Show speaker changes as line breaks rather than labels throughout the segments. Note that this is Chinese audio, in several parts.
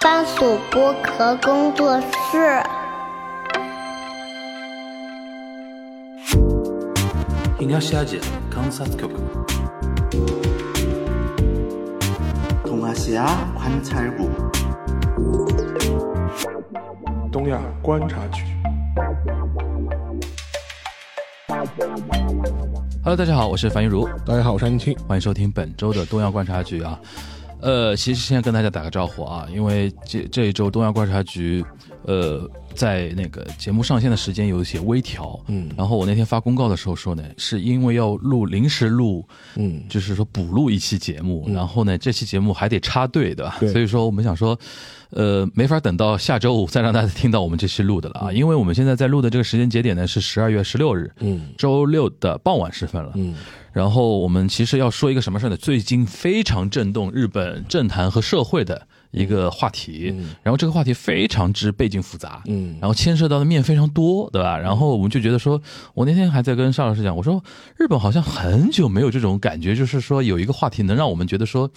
番薯剥壳工作室。
東アジア観察局
동아시아관찰국
东亚观察局。
Hello，大家好，我是樊玉茹，
大家好，我是安青。
欢迎收听本周的东亚观察局啊。呃，其实先跟大家打个招呼啊，因为这这一周东亚观察局，呃，在那个节目上线的时间有一些微调，
嗯
然后我那天发公告的时候说呢，是因为要录临时录，
嗯，
就是说补录一期节目，然后呢，这期节目还得插队，对吧？
对
所以说我们想说，呃，没法等到下周五再让大家听到我们这期录的了啊，因为我们现在在录的这个时间节点呢是十二月十六日，
嗯，
周六的傍晚时分了，
嗯，
然后我们其实要说一个什么事儿呢？最近非常震动日本政坛和社会的一个话题，然后这个话题非常之背景复杂，
嗯
然后牵涉到的面非常多，对吧？然后我们就觉得说，我那天还在跟邵老师讲，我说日本好像很久没有这种感觉，就是说有一个话题能让我们觉得说。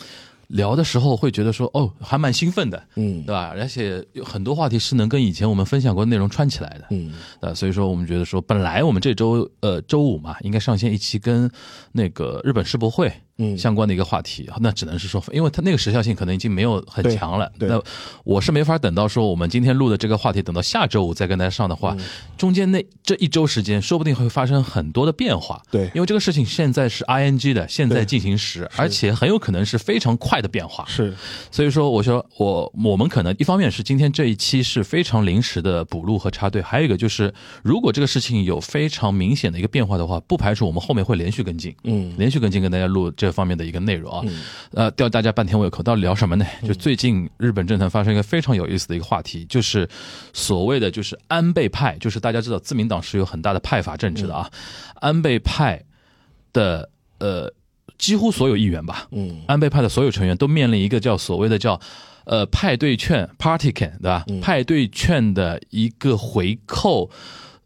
聊的时候会觉得说哦，还蛮兴奋的，
嗯
对吧？而且有很多话题是能跟以前我们分享过的内容串起来的，
嗯，
呃，所以说我们觉得说，本来我们这周呃周五嘛，应该上线一期跟那个日本世博会
嗯
相关的一个话题，那只能是说，因为它那个时效性可能已经没有很
对
强了。
对
那我是没法等到说我们今天录的这个话题，等到下周五再跟大家上的
嗯
话，中间那这一周时间，说不定会发生很多的变化。
对
因为这个事情现在是 ing 的现在
对
进行时，而且很有可能是非常快的变化。
是，
所以说，我说我我们可能一方面是今天这一期是非常临时的补录和插队，还有一个就是，如果这个事情有非常明显的一个变化的话，不排除我们后面会连续跟进，
嗯
连续跟进跟大家录这方面的一个内容啊。呃，吊大家半天胃口，到底聊什么呢？就最近日本政坛发生一个非常有意思的一个话题，就是所谓的就是安倍派，就是大家知道自民党是有很大的派阀政治的啊，安倍派的呃几乎所有议员吧，
嗯
安倍派的所有成员都面临一个叫所谓的叫呃派对券 （party can） 对吧？
嗯
派对券的一个回扣。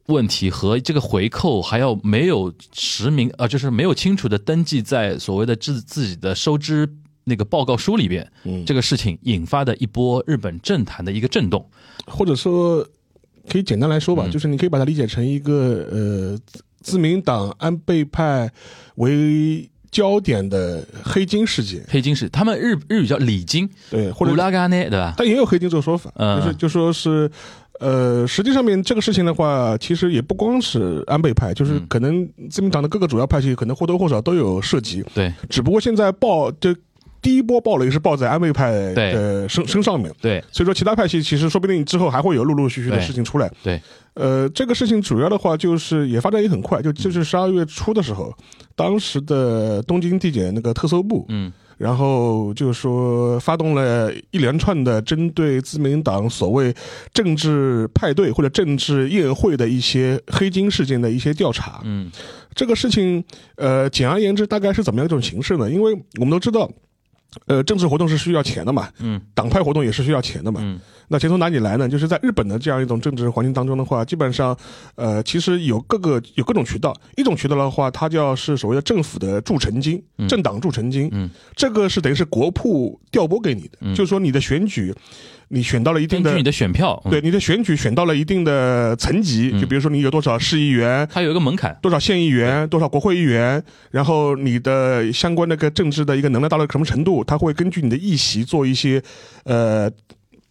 问题和这个回扣还要没有实名，呃，就是没有清楚的登记在所谓的自自己的收支那个报告书里边，
嗯
这个事情引发的一波日本政坛的一个震动。
或者说，可以简单来说吧，就是你可以把它理解成一个呃，自自民党安倍派为焦点的黑金事件，
黑金是他们日日语叫礼金，
对，或者
乌拉嘎呢，对吧？
但也有黑金这个说法，
嗯
就是就说是，呃，实际上面这个事情的话，其实也不光是安倍派，就是可能自民党的各个主要派系可能或多或少都有涉及，
对
只不过现在爆就第一波暴雷是爆在安倍派的身身上面。
对
所以说，其他派系其实说不定之后还会有陆陆续续的
对
事情出来。
对，
呃，这个事情主要的话就是也发展也很快，就就是十二月初的时候，当时的东京地检那个特搜部，
嗯
然后就说发动了一连串的针对自民党所谓政治派对或者政治宴会的一些黑金事件的一些调查。
嗯
这个事情，呃，简而言之，大概是怎么样一种形式呢？因为我们都知道。呃，政治活动是需要钱的嘛，
嗯，
党派活动也是需要钱的嘛，
嗯，
那钱从哪里来呢？就是在日本的这样一种政治环境当中的话，基本上，呃，其实有各个有各种渠道，一种渠道的话，它叫是所谓的政府的助成金，政党助成金，
嗯，
这个是等于是国库调拨给你的，就是说你的选举，你选到了一
根
定的
据你的选票，嗯
对，你的选举选到了一定的层级，就比如说你有多少市议员。
它有一个门槛，
多少县议员，多少国会议员，然后你的相关那个政治的一个能量到了什么程度，他会根据你的议席做一些，呃，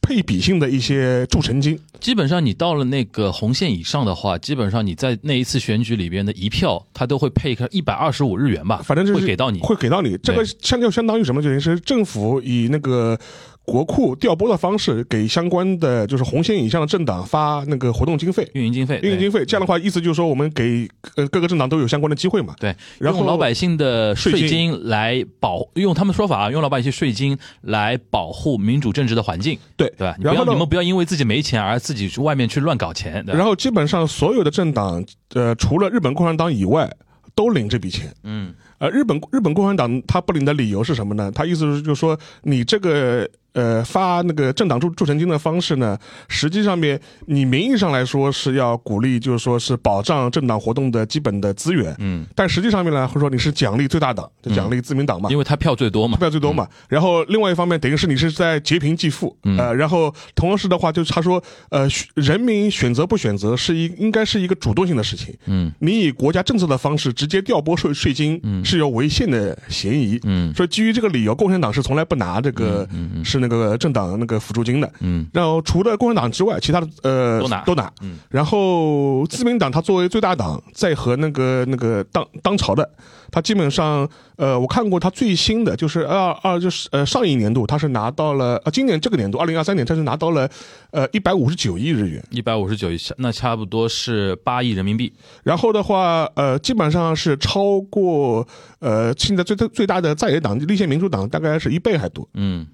配比性的一些助成金。
基本上你到了那个红线以上的话，基本上你在那一次选举里边的一票，它都会配个一百二十五日元吧，
反正就是
会给到你。
会给到你。这个相就相当于什么？就是政府以那个国库调拨的方式，给相关的就是红线以上的政党发那个活动经费、
运营经费，
运营经
费，
费。这样的话，意思就是说我们给呃各个政党都有相关的机会嘛。
对，
然后
用老百姓的税
税
金来保，用他们说法啊，用老百姓税金来保护民主政治的环境，
对啊
对吧？你不
然
要
后呢
你们不要因为自己没钱而自己去外面去乱搞钱，对吧
然后基本上所有的政党，呃，除了日本共产党以外，都领这笔钱。
嗯
呃，日本日本共产党他不领的理由是什么呢？他意思是就是说，你这个呃发那个政党助助成金的方式呢，实际上面你名义上来说是要鼓励，就是说是保障政党活动的基本的资源，嗯，但实际上面呢，会说你是奖励最大党，就奖励自民党嘛，
因为他票最多嘛。
票最多嘛。嗯然后另外一方面，等于是你是在劫贫济富，呃，然后同时的话，就是他说，呃，选人民选择不选择是一应该是一个主动性的事情，嗯，你以国家政策的方式直接调拨税税金，嗯，是有违宪的嫌疑，嗯，所以基于这个理由，共产党是从来不拿这个、是那个政党那个辅助金的，嗯，然后除了共产党之外，其他的呃
都拿
都拿，嗯，然后自民党它作为最大党，在和那个那个当当朝的。他基本上，呃，我看过他最新的，就是二二就是呃上一年度，他是拿到了呃今年这个年度二零二三年，他是拿到了呃一百五十九亿日元。
一百五十九亿，那差不多是八亿人民币。
然后的话，呃，基本上是超过呃现在最最最大的在野党立宪民主党大概是一倍还多，
嗯，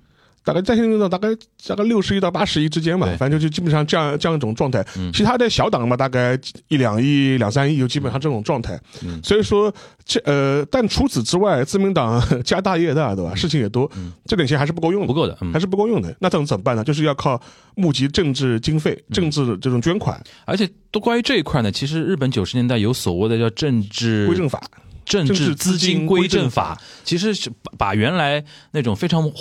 大概在线运动大概大概六十亿到八十亿之间吧
对，嗯
反正就基本上这样这样一种状态。其他的小党嘛，大概一两亿、两三亿，就基本上这种状态。
嗯
所以说，这呃，但除此之外，自民党 家大业大，对吧？事情也多，这点钱还是不够用的，
嗯不够的嗯
还是不够用的。那这种怎么办呢？就是要靠募集政治经费、
嗯
政治这种捐款、
而且都关于这一块呢，其实日本九十年代有所谓的叫政治
归正法。
政
政
治
治
资
资金
金归
归正
正
法
法，其实是把把原来那种非常混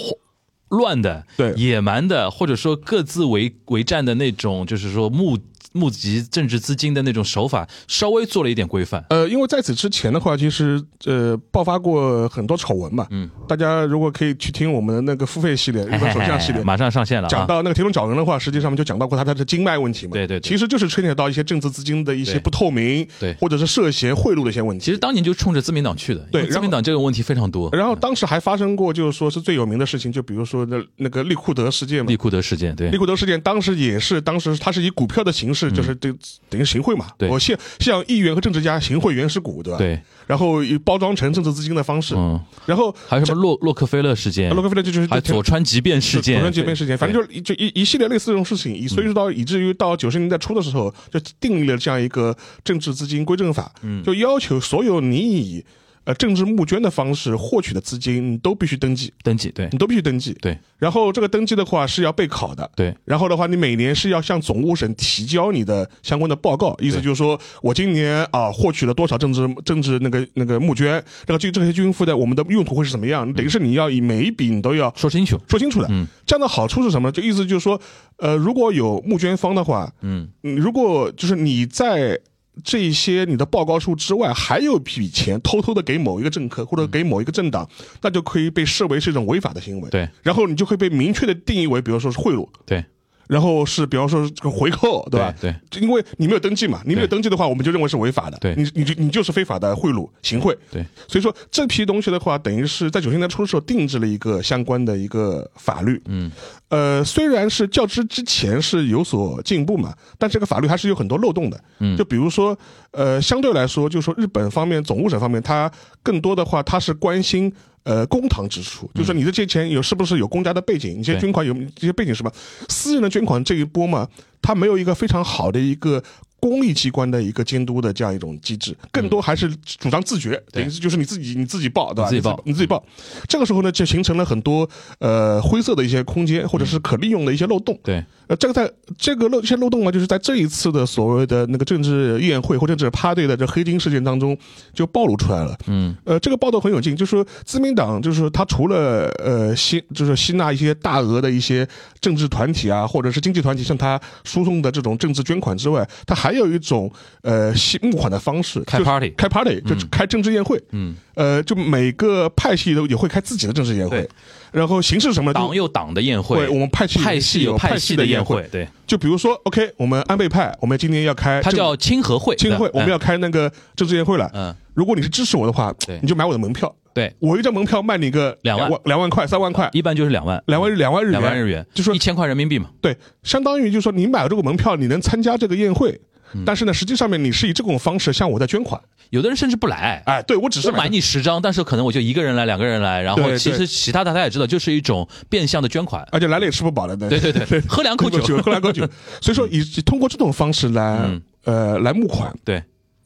乱的、
对
野蛮的，或者说各自为为战的那种，就是说募募集政治资金的那种手法，稍微做了一点规范。
呃，因为在此之前的话，其实呃爆发过很多丑闻嘛。
嗯，，
大家如果可以去听我们的那个付费系列、日本首相系列
马上上线了
讲
啊！
到那个铁路找人的话，实际上面就讲到过他他的经脉问题嘛。
对对对
其实就是牵扯到一些政治资金的一些
对
不透明，
对
或者是涉嫌贿赂的一些问题。
其实当年就冲着自民党去的，因
对
为
然
自
后
民党这个问题非常多。
然后当时还发生过，就是说是最有名的事情，就比如说那那个利库德事件嘛
利。库德事件，对
利，库德事件当时也是，当时他是以股票的形式，就是等等于行贿嘛。
嗯对
我向向议员和政治家行贿原始股，对吧？。
对，
然后以包装成政治资金的方式，
嗯，
然后
还有什么洛洛克菲勒事件，
洛克菲勒就是
还有佐川急便事件，
左川结边事件，反正就是一就一一系列类似这种事情，以所以说到以至于到九十年代初的时候，就订立了这样一个政治资金归正法，就要求所有你以呃政治募捐的方式获取的资金，你都必须登记，
登记，对
你都必须登记。
对
然后这个登记的话是要备考的，
对
然后的话，你每年是要向总务省提交你的相关的报告，意思就是说我今年啊获取了多少政治政治那个那个募捐，然后这这些军付的我们的用途会是什么样？等于是你要以每一笔你都要
说清楚，
说清楚的。
嗯
这样的好处是什么呢？就意思就是说，呃，如果有募捐方的话，
嗯，
如果就是你在。这一些你的报告数之外，还有笔钱偷偷的给某一个政客或者
嗯
给某一个政党，那就可以被视为是一种违法的行为。
对，
然后你就会被明确的定义为，比如说是贿赂，
对
然后是比方说是这个回扣，对吧？
对
对，因为你没有登记嘛，你没有
对
登记的话，我们就认为是违法的。
对
你你就你就是非法的贿赂行贿。
对，
所以说这批东西的话，等于是在九十年代初的时候定制了一个相关的一个法律。嗯，呃，虽然是较之之前是有所进步嘛，但这个法律还是有很多漏洞的。嗯，就比如说，呃，相对来说，就是说日本方面总务省方面，它更多的话，它是关心。呃，公堂支出，就是说你的这些钱有是不是有公家的背景？你这些
嗯对
捐款有这些背景是吧？私人的捐款这一波嘛，它没有一个非常好的一个公立机关的一个监督的这样一种机制，更多还是主张自觉，等于是就是你自己你自己报，对吧？
你自己报
你自己报。这个时候呢，就形成了很多呃灰色的一些空间，或者是可利用的一些漏洞。
对，
呃，这个在这个漏这些漏洞嘛，就是在这一次的所谓的那个政治宴会或政治趴队的这黑金事件当中就暴露出来了。
嗯，
呃，这个报道很有劲，就是说自民党就是说他除了呃吸就是吸纳一些大额的一些政治团体啊，或者是经济团体向他输送的这种政治捐款之外，他还有一种呃吸募款的方式，
开
就是
party
开 party 就是开政治宴会，嗯，呃，就每个派系都也会开自己的政治宴会
对，
然后形式什么
党
就
有党的宴会，
对我们派系
派系有
派
系
的
宴
会，
对，
就比如说 OK，我们安倍派，我们今年要开
它
政
叫亲和会，
青会，我们要开那个政治宴会了，
嗯，
如果你是支持我的话
对，
你就买我的门票。
对，
我一张门票卖你个
两万
万、两万块、三万块、
一般就是两万，
两万两万日元，
两万日元，
就说
一千块人民币嘛，
对，相当于就是说你买了这个门票，你能参加这个宴会，
嗯
但是呢，实际上面你是以这种方式向我在捐款。
有的人甚至不来。
哎，对我只是
我买你十张，但是可能我就一个人来，两个人来，然后
对
其实
对
其他的大家也知道，就是一种变相的捐款。
而且来了也吃不饱了，对
对对 对，喝两口酒，嗯
喝两口酒。所以说以，以通过这种方式来、呃来募款，
对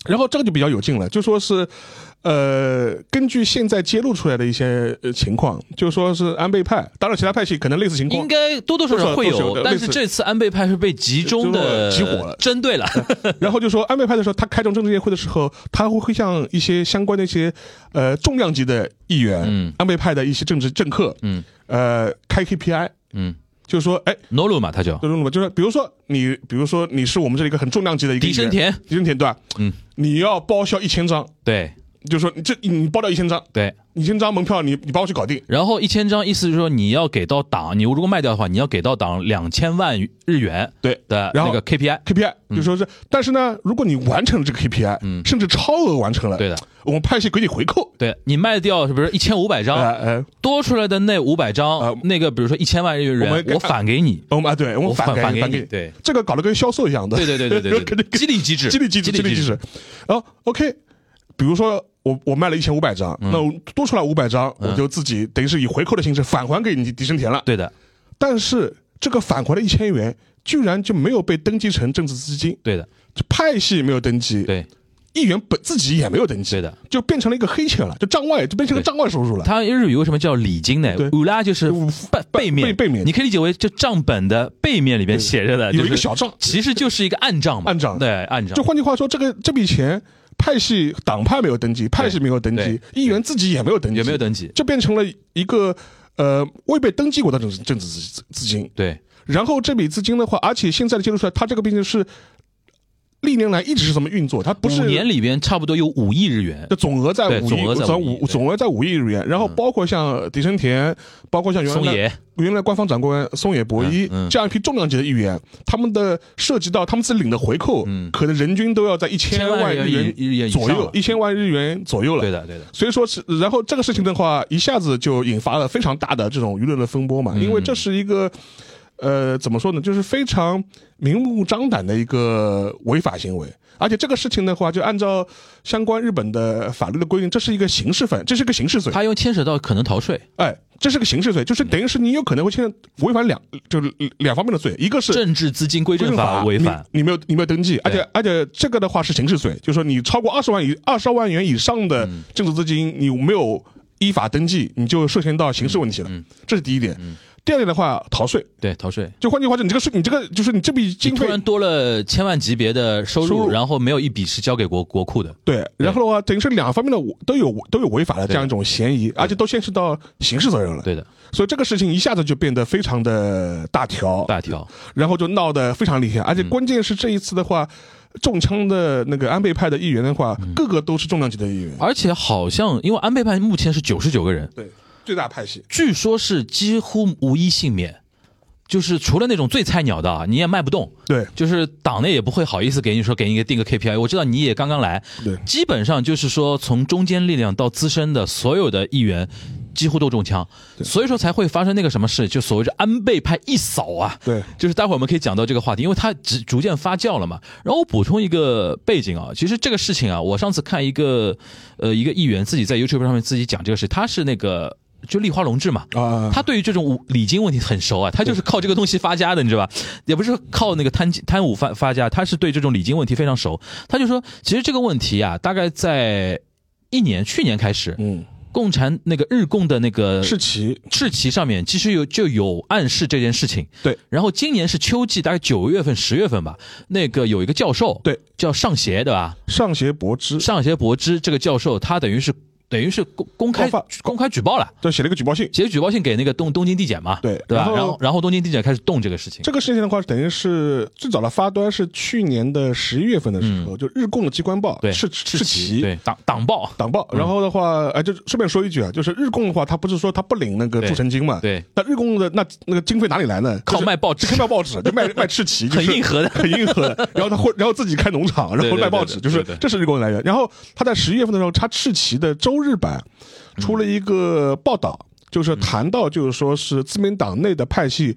然后这个就比较有劲了，就说是，呃，根据现在揭露出来的一些呃情况，就说是安倍派，当然其他派系可能类似情况
应，该多多少少会
多少都是
有，
有
但是
类似
这次安倍派是被集中的
集火了
针对了。
然后就说安倍派的时候，他开这种政治宴会的时候，他会会向一些相关的一些呃重量级的议员，
嗯
安倍派的一些政治政客，
嗯
呃，开 KPI，
嗯
就是说，哎，
，no 鲁嘛，他叫
就是就是比如说你，比如说你是我们这里一个很重量级的一个
狄
议员
生，田，
狄生田对吧？
嗯，
你要报销一千张，
对
就是说你这你报掉一千张，
对。
一千张门票你你帮我去搞定。
然后一千张，意思是说你要给到党，你如果卖掉的话，你要给到党两千万日元
对
的
然
那
后
个 KPI。
KPI，就说是，但是呢，如果你完成了这个 KPI，
嗯
甚至超额完成了，
对的，
我们派系给你回扣，
对你卖掉，比如说一千五百
哎
张，
哎，
多出来的那五百
啊
张，那个比如说一千万日
我
元
们，给
我返给 你。
我们啊，对，我
我
们
返
返
返
你，
给
返给
你对
这个搞得跟销售一样的，
对对对对对
跟
对，
那个
激励机制，
激励机制，激励机制。然后 OK，比如说我我卖了一千五百张，
嗯
那我多出来五百张，我就自己等于是以回扣的形式返还给你迪生田了。
对的，
但是这个返还的一千元，居然就没有被登记成政治资金，
对的，
就派系没有登记，
对
议员本自己也没有登记
对，的。
就变成了一个黑钱了，就账外就变成个
对
账外收入了。
它日语为什么叫礼金呢
对？嗯
乌拉就是背背面，
背背面
你可以理解为这账本的背面里面写着的，
有
就
一个
是
小账
其实就是一个暗账嘛，
暗账
对暗账
就，换句话说，这个这笔钱，派系党派没有登记，派系没有登
对
记，议员自己也没有登记，
也没有登记，
就变成了一个呃未被登记过的政治政治资资金。
对
然后这笔资金的话，而且现在的揭露出来，它这个毕竟是历年来一直是这么运作，它不是
五年里边差不多有五亿日元
的，总额在
对
五
总额
亿，
在
总
五亿
五总额在五亿日元。然后包括像狄生田，包括像原
松
来
野
原来官方长官松野博一、
嗯嗯
这样一批重量级的议员，他们的涉及到他们自己领的回扣，可能人均都要在一千万日
嗯千万日元以
元左
以上
右
了，
一千万日元左右了。
对的对的，
所以说是，然后这个事情的话，一下子就引发了非常大的这种舆论的风波
嗯
嘛，因为这是一个，呃，怎么说呢，就是非常明目张胆的一个违法行为，而且这个事情的话，就按照相关日本的法律的规定，这是一个刑事犯，这是个刑事罪，
他又牵扯到可能逃税、
哎，这是个刑事罪，
嗯
就是等于是你有可能会牵违反两，就是两方面的罪，一个是
政治资金规
规
正法违反，
你，你没有你没有登记，而
对
且而且这个的话是刑事罪，就是说你超过二十万以二十万元以上的
嗯
政治资金，你没有依法登记，你就涉嫌到刑事问题了，
嗯
这是第一点。第二点的话，逃税，
对逃税。
就换句话说，你这个税，你这个就是你这笔
你
经
突
费
然多了千万级别的收
收
入，
入哦
然后没有一笔是交给国国库的，
对，然后的话，等于是两方面的我都有都有违法的这样一种嫌疑，而且都牵涉到刑事责任了，
对的，
所以这个事情一下子就变得非常的大条，
大条。
然后就闹得非常厉害，而
嗯
且关键是这一次的话，中枪的那个安倍派的议员的话，
嗯
个个都是重量级的议员，
而且好像因为安倍派目前是九十九个人，
对，最大派系，
据说是几乎无一幸免，就是除了那种最菜鸟的啊，你也卖不动。
对
就是党内也不会好意思给你说给你定个 KPI，我知道你也刚刚来，
对
基本上就是说从中间力量到资深的所有的议员，几乎都中枪，所以说才会发生那个什么事，就所谓的安倍派一扫啊，
对，
就是待会儿我们可以讲到这个话题，因为它逐逐渐发酵了嘛。然后我补充一个背景啊，其实这个事情啊，我上次看一个呃一个议员自己在 YouTube 上面自己讲这个事，他是那个就立花隆志嘛，
啊
他对于这种礼金问题很熟啊，他就是靠这个东西发家的，你知道吧？也不是靠那个贪贪污发发家，他是对这种礼金问题非常熟。他就说，其实这个问题啊，大概在一年去年开始，
嗯，
共产那个日共的那个
世奇，
赤旗上面其实有就有暗示这件事情。
对，
然后今年是秋季，大概九月份、十月份吧，那个有一个教授，
对，
叫上邪，对吧？
上胁博之，
上邪博之这个教授，他等于是等于是公公开
告发
公开举报了。
就写了一个举报信。
写举报信给那个东东京地检嘛，
对
对吧？
然后
然后然后东京地检开始动这个事情，
这个事情的话，等于是最早的发端是去年的十一月份的时候，就日共的机关报
嗯对
是
赤
赤
旗
旗
对党党报
党报。然后的话，哎，就顺便说一句啊，就是日共的话，他不是说他不领那个
对
助成金嘛？
对。
那日共的那那个经费哪里来呢？
靠
就是
卖报纸
靠卖报纸，就卖卖 赤旗，就
很
是
硬核的
很硬核的。然后他会，然后自己开农场，然
对
后
对
卖报
对对
纸，就是
对对
这是日共的来源。然后他在十一月份的时候，他赤旗的周日版
嗯
出了一个报道，就是谈到就是说是自民党内的派系。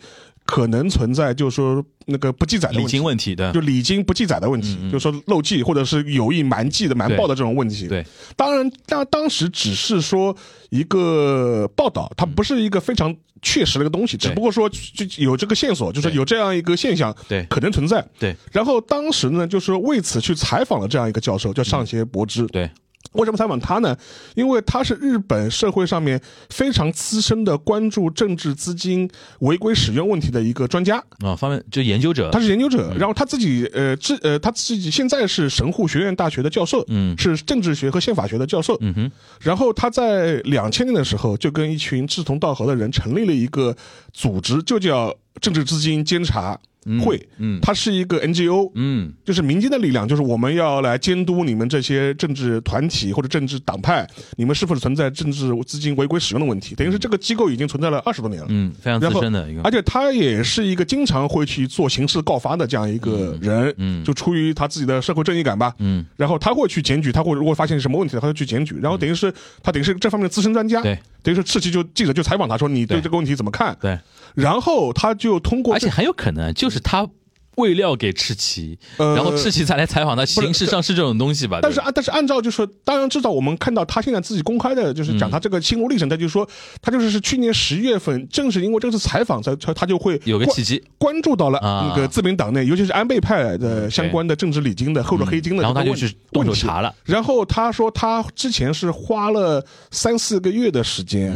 可能存在，就是说那个不记载的
礼
问题
金，问题的
就，礼金不记载的问题，就是说漏记或者是有意瞒记的、瞒报的这种问题。
嗯对，
当然，当当时只是说一个报道，
嗯
它不是一个非常确实的一个东西，只不过说就就有这个线索，就是
对
有这样一个现象，
对
可能存在。
对
然后当时呢，就是为此去采访了这样一个教授，叫上邪博之。
对，
为什么采访他呢？因为他是日本社会上面非常资深的关注政治资金违规使用问题的一个专家，
啊，方面就研究者
他，是研究者，然后他自己呃自呃他自己现在是神户学院大学的教授，
嗯
是政治学和宪法学的教授，
嗯哼，
然后他在两千年的时候就跟一群志同道合的人成立了一个组织，就叫政治资金监察会，
嗯
它是一个 NGO，
嗯，
就是民间的力量，就是我们要来监督你们这些政治团体或者政治党派，你们是否存在政治资金违规使用的问题。等于是这个机构已经存在了二十多年了。
嗯，非常资
然后
深的一个
而，且他也是一个经常会去做刑事告发的这样一个人，
嗯嗯
就出于他自己的社会正义感吧，
嗯，
然后他会去检举，他会如果发现什么问题，他会去检举，然后等于是他等于是这方面的资深专家，
对
等于是赤期就记者就采访他说你对
对
这个问题怎么看，
对，
然后他就通过
而
这
且很有可能就是他喂料给赤崎，
呃
然后赤崎才来采访他，形式上是这种东西吧？
但是
对吧
按但是按照就是，当然至少我们看到他现在自己公开的，就是
嗯
讲他这个心路历程，他就说他就是是去年十月份，正是因为这次采访，才他他就会
有个
关
契机，
关注到了
啊嗯
那个自民党内，尤其是安倍派的相关的政治礼金的后者黑金的
然后
这个问，
他就去动手查
了。
了，
然后他说，他之前是花了三四个月的时间，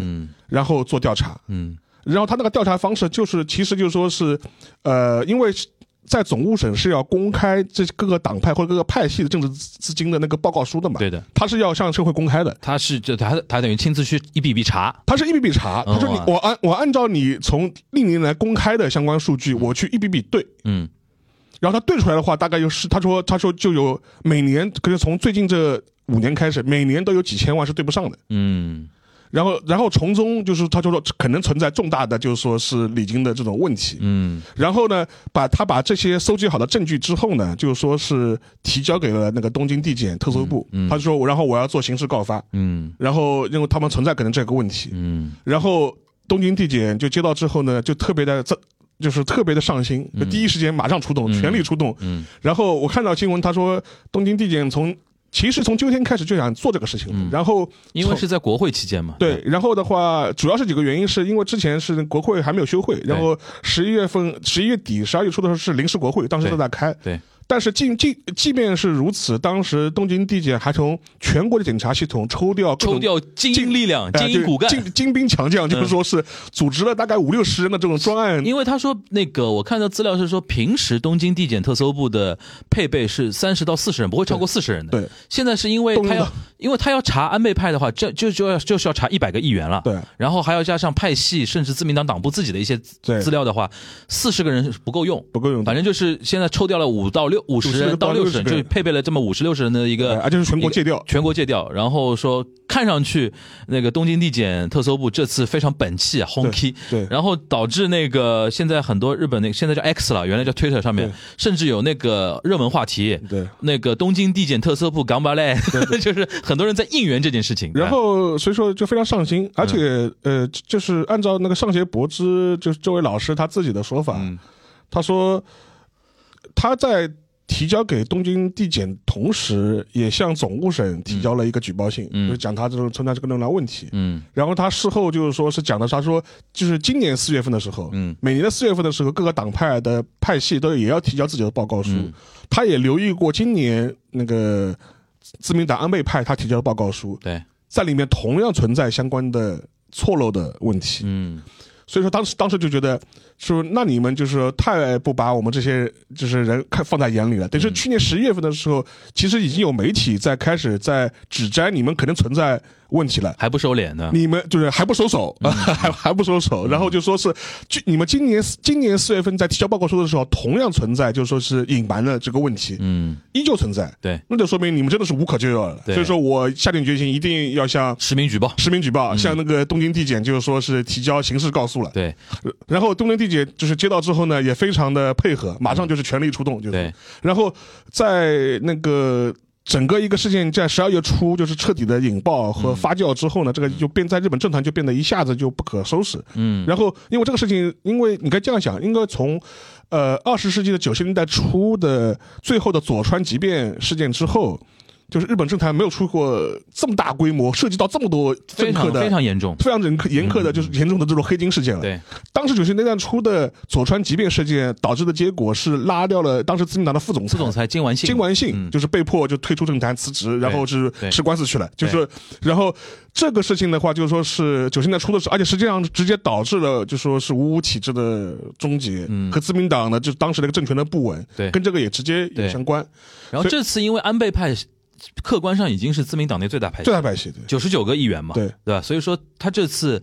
然后做调查，
嗯
然后他那个调查方式就是，其实就是说是，呃，因为在总务省是要公开这各个党派或者各个派系的政治资资金的那个报告书的嘛，
对的，
他是要向社会公开的。
他是就他他等于亲自去一笔笔查，
他是一笔笔查，
嗯
他说你
哇
我按我按照你从历年来公开的相关数据，我去一笔笔对，
嗯
然后他对出来的话，大概就是他说他说就有每年，可是从最近这五年开始，每年都有几千万是对不上的。
嗯
然后，然后从中就是他就说可能存在重大的就是说是礼金的这种问题，
嗯
然后呢，把他把这些搜集好的证据之后呢，就是说是提交给了那个东京地检特搜部，他就说我然后我要做刑事告发，
嗯
然后因为他们存在可能这个问题，
嗯
然后东京地检就接到之后呢，就特别的在。就是特别的上心，就第一时间马上出动，全力出动。
嗯
然后我看到新闻，他说东京地检从其实从秋天开始就想做这个事情了，然后
嗯因为
从
是在国会期间嘛，
对，然后的话，主要是几个原因，是因为之前是国会还没有休会，然后十一月份、十一月底、十二月初的时候是临时国会，当时
对
都在开。
对
但是即即即便是如此，当时东京地检还从全国的检察系统抽调各种
抽掉精英力量、
哎
精英
对
骨干，嗯
精精兵强将，就是说是组织了大概五六十人的这种专案。
因为他说那个，我看到资料是说，平时东京地检特搜部的配备是三十到四十人，不会超过四十人的。
对对
现在是因为
动
他
用
要
到，
因为他要查安倍派的话，这就就要就是要查一百个议员了。
对
然后还要加上派系，甚至自民党党部自己的一些
对
资料的话，四十个人是不够用，
不够用
反正就是现在抽调了五到六五十人到六十人，
对
就配备了这么五十六十人的一
对
个，
而且是全国戒掉。
全国戒掉，然后说看上去那个东京地检特搜部这次非常本气啊，轰批，
对
然后导致那个现在很多日本那个现在叫 X 了，原来叫 Twitter 上面
对，
甚至有那个热门话题，
对，
那个东京地检特搜部港巴嘞， 就是很多人在应援这件事情。
然后所以说就非常上
嗯
心，而且呃，就就是按照那个上学博之，就是这位老师他自己的说法，
嗯
他说他在提交给东京地检，同时也向总务省提交了一个举报信，
嗯
就是讲他这种存在这个弄量问题。
嗯
然后他事后就是说是讲的，他说就是今年四月份的时候，
嗯
每年的四月份的时候，各个党派的派系都也要提交自己的报告书，
嗯
他也留意过今年那个自民党安倍派他提交的报告书，
对，
在里面同样存在相关的错漏的问题，
嗯
所以说当时当时就觉得说，那你们就是太不把我们这些就是人看放在眼里
嗯
了。等于是去年十一月份的时候，其实已经有媒体在开始在指摘你们可能存在问题了。
还不收敛呢。
你们就是还不收手，
嗯
还 还不收手，然后就说是，就你们今年今年四月份在提交报告书的时候，同样存在，就说是隐瞒了这个问题，
嗯，
依旧存在，
对，
那就说明你们真的是无可救药了。
对
所以说我下定决心，一定要向
实名举报。
实名举报，向那个东京地检就是说是提交刑事告诉了。
嗯对
然后东京地检就是接到之后
嗯
呢，也非常的配合，马上就是全力出动，就是。
对
然后在那个整个一个事件在十二月初就是彻底的引爆和发酵之
嗯
后呢，这个就变在日本政坛就变得一下子就不可收拾。嗯，然后因为这个事情，因为你该这样想，应该从呃二十世纪的九十年代初的最后的佐川急变事件之后。就是日本政坛没有出过这么大规模，涉及到这么多政
非
客
常
的
非常严重。
非常严苛严苛的，就是严重的这种黑金事件了。，
对，
当时九十年代初的佐川急变事件导致的结果是拉掉了当时自民党的副总
副
裁。
总裁金丸信，
金丸信
嗯
就是被迫就退出政坛辞职，然后是
对
吃官司去了。就是，然后这个事情的话，就是说是九十年代初的时候，而且实际上直接导致了就说是五五体制的终结和自民党呢，就是当时那个政权的不稳，
嗯对
跟这个也直接有
对
相关。
然后这次因为安倍派客观上已经是自民党内最大派系
最，大派系对，啊
九十九个议员嘛，
对
对吧？所以说他这次，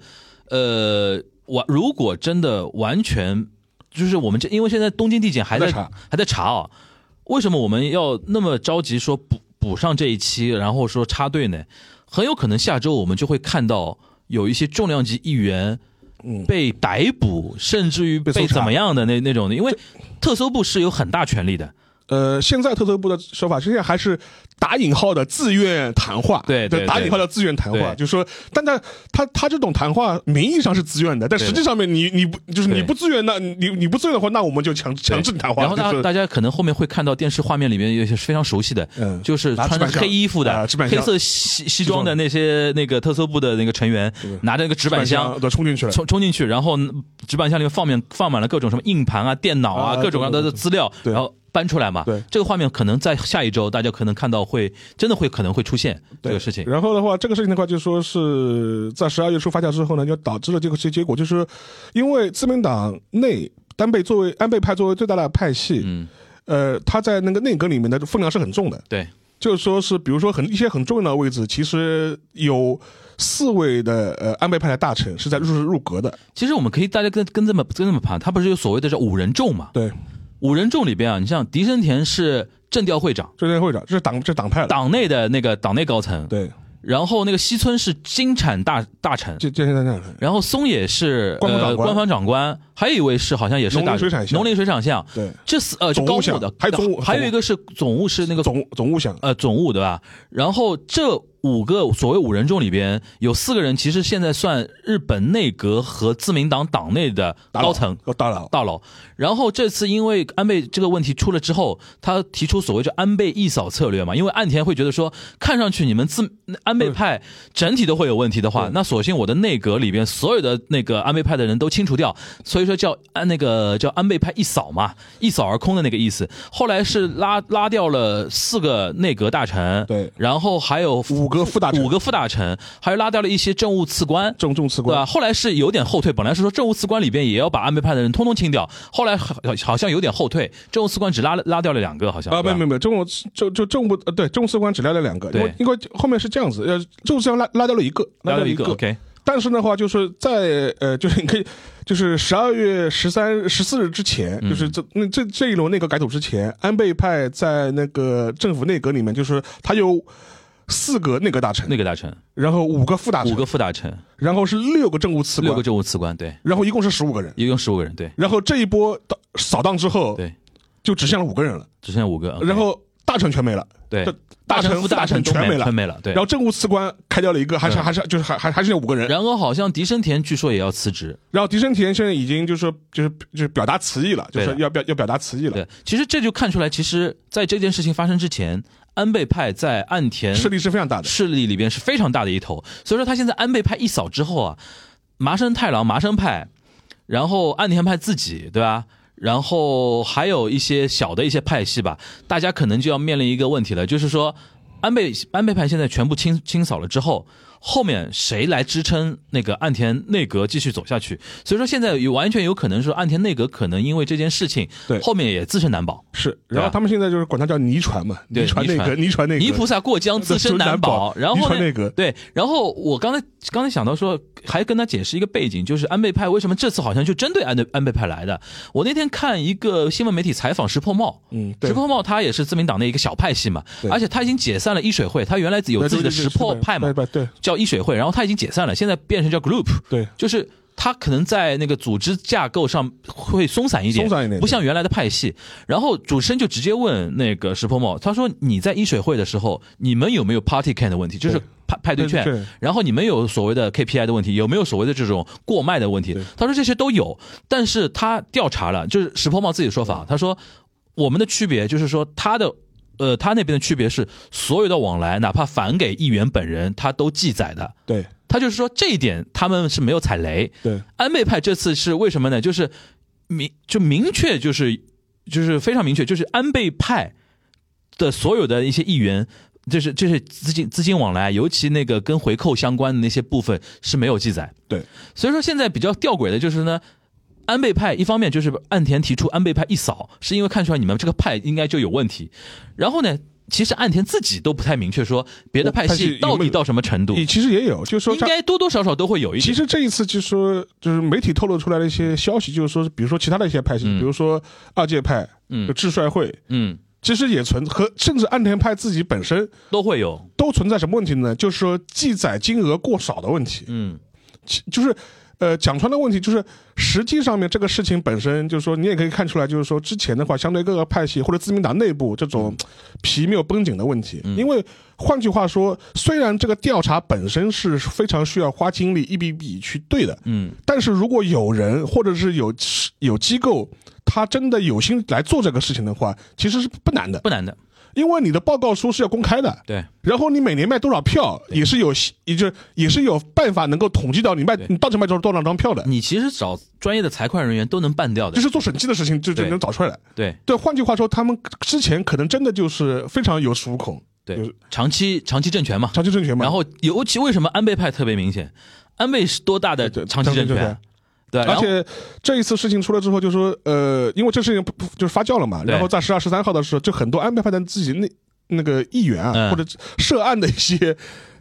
呃，完如果真的完全就是我们这，因为现在东京地检还在
还在查
还在查啊，为什么我们要那么着急说补补上这一期，然后说插队呢？很有可能下周我们就会看到有一些重量级议员。被逮捕，甚至于
嗯被搜
被
查
怎么样的那那种的，因为特搜部是有很大权力的，
呃，现在特搜部的说法，现在还是打引号的自愿谈话，
对对
就打
对
引号的自愿谈话，
对
就是说，但他他他这种谈话名义上是自愿的，但
对
实际上面你你不就是
对
你不自愿，那你你不自愿的话，那我们就强强制谈话，
然后大
就是
大家可能后面会看到电视画面里面有一些是非常熟悉的，
嗯
就是
拿
穿着
纸板箱
黑衣服的
啊、纸板
黑
箱
色西西装的那些那个特搜部的那个成员，拿着那个纸板箱。
都冲进去了，
冲冲进去，然后纸板箱里面放面放满了各种什么硬盘啊、电脑啊、
啊
各种各样的
对对
资料，
对
然后搬出来嘛。
对
这个画面可能在下一周大家可能看到会真的会可能会出现这
对
个事情。
然后的话，这个事情的话，就说是在十二月初发酵之后呢，就导致了这个结结果，就是因为自民党内安倍作为安倍派作为最大的派系，
嗯，
呃，他在那个内阁里面的分量是很重的。
对，
就是说是，比如说很一些很重要的位置，其实有四位的呃安倍派的大臣是在入入阁的，
其实我们可以大家跟跟这么跟这么盘，他不是有所谓的这五人众嘛？
对，
五人众里边啊，你像狄生田是政调会长，
这些会长，这是党这是党派的，
党内的那个党内高层，
对，
然后那个西村是金产大大臣，
这这些在那
然后松野是
官方长
呃
官
官方长官，还有一位是好像也是
农林
大
水产相
农林水产相，
对，
这四呃是
总
高
务
木
相
的，
还有总务
还有一个是总务是那个
总总务相，
呃总务对吧？然后这五个所谓五人众里边有四个人其实现在算日本内阁和自民党党内的
大佬
高层，
呃大佬，
大佬。然后这次因为安倍这个问题出了之后，他提出所谓叫安倍一扫策略嘛，因为岸田会觉得说，看上去你们自安倍派整体都会有问题的话，那索性我的内阁里边所有的那个安倍派的人都清除掉，所以说叫安那个叫安倍派一扫嘛，一扫而空的那个意思。后来是拉拉掉了四个内阁大臣，
对
然后还有
五个副大臣
五个副大臣，还有拉掉了一些政务次官，
郑重次
对啊吧？
官，
后来是有点后退，本来是说政务次官里边也要把安倍派的人通通清掉，后来好好像有点后退，政务次官只拉了拉掉了两个，好像
啊，没
对吧
有没有没有，政务就就政务呃对政务次官只来了两个，因为因为后面是这样子，呃，政务次官拉拉掉了一个，
拉
掉
掉
了
一
个
OK，
但是的话，就是在呃，就是你可以，就是十二月十三、十四日之前，
嗯
就是这那这这一轮内阁改组之前，安倍派在那个政府内阁里面，就是他有四个内阁大臣，
那个大臣，
然后五个副大臣，
五个副大臣，
然后是六个政务次
六
官
个，政务次官，对，
然后一共是十五个人。
一共十五个人，对
然后这一波到扫荡之后，
对，
就只剩了五个人了，
只剩下五个，OK，
哦然后大臣全没了，
对
这大臣、
副
副大臣
都
全没
没
了，
全没了，对
然。后政务次官开掉了一个，还是还是就是还还还是那五个人。
然后好像狄生田据说也要辞职，
然后狄生田现在已经就是说就是就是表达辞意了，就
对
是
的
要表要表达辞意了，
对，其实这就看出来，其实在这件事情发生之前，安倍派在岸田
势力是非常大的。
势力里边是非常大的一头。所以说他现在安倍派一扫之后啊，麻生太郎、麻生派，然后岸田派自己，对吧？然后还有一些小的一些派系吧，大家可能就要面临一个问题了，就是说安倍安倍派现在全部清清扫了之后，后面谁来支撑那个岸田内阁继续走下去？所以说现在有完全有可能说岸田内阁可能因为这件事情，
对
后面也自身难保。
是，
对吧
然后他们现在就是管它叫泥船嘛，
对
泥船内阁，泥船内阁，
泥菩萨过江自身难 保。
自身难
然后
保遗
呢
传内阁
对，然后我刚才刚才想到说，还跟他解释一个背景，就是安倍派为什么这次好像就针对安倍安倍派来的。我那天看一个新闻媒体采访石破茂，
嗯，对
石，破茂他也是自民党的一个小派系嘛，
对
而且他已经解散了一水会，他原来有自己的石破派嘛
对，对对
叫一水会，然后他已经解散了，现在变成叫 group，
对
就是它可能在那个组织架构上会松散一点，
松散一点
不像原来的派系。然后主持人就直接问那个石破茂，他说：“你在一水会的时候，你们有没有 party can 的问题？就是
对
派派对
对
券
对，
然后你们有所谓的 KPI 的问题，有没有所谓的这种过卖的问题？他说这些都有，但是他调查了，就是石破茂自己的说法，他说我们的区别就是说他的。呃，他那边的区别是，所有的往来，哪怕返给议员本人，他都记载的。
对
他就是说这一点，他们是没有踩雷。
对
安倍派这次是为什么呢？就是明就明确就是就是非常明确，就是安倍派的所有的一些议员，就是就是资金资金往来，尤其那个跟回扣相关的那些部分是没有记载。
对，
所以说现在比较吊诡的就是呢。安倍派一方面就是岸田提出安倍派一扫，是因为看出来你们这个派应该就有问题。然后呢，其实岸田自己都不太明确说别的派
哦派系
系
有没有
到底到什么程度，
也其实也有，就是说
应
像。
该多多少少都会有一
其
点。
实这一次就是说，就是媒体透露出来的一些消息，就是说，比如说其他的一些派系，比如说二届派、
嗯
就智帅会，
嗯，
其实也存和甚至岸田派自己本身
都会有。
都存在什么问题呢？就是说记载金额过少的问题，
嗯
其就是。呃，讲穿的问题就是，实际上面这个事情本身，就是说你也可以看出来，就是说之前的话，相对各个派系或者自民党内部这种皮谬绷紧的问题。因为换句话说，虽然这个调查本身是非常需要花精力一笔笔去对的，
嗯
但是如果有人或者是有有机构，他真的有心来做这个事情的话，其实是不难的，
不难的，
因为你的报告书是要公开的。
对，
然后你每年卖多少票，也是有，也就是也是有办法能够统计到你卖
对
你到底卖多少多少张票的，
你其实找专业的财会人员都能办掉的，
就是做审计的事情就就
对
能找出来。
对
对，换句话说，他们之前可能真的就是非常有恃无恐，就是
对，长期长期政权嘛。
长期政权嘛。
然后尤其为什么安倍派特别明显？安倍是多大的
对对
呃长期政
长期政
权
权？
对，
而
然后
且这一次事情出来之后，就说呃，因为这事情不不就是发酵了嘛，
对
然后在十二、十三号的时候，就很多安倍派的自己那那个议员啊，
嗯
或者涉案的一些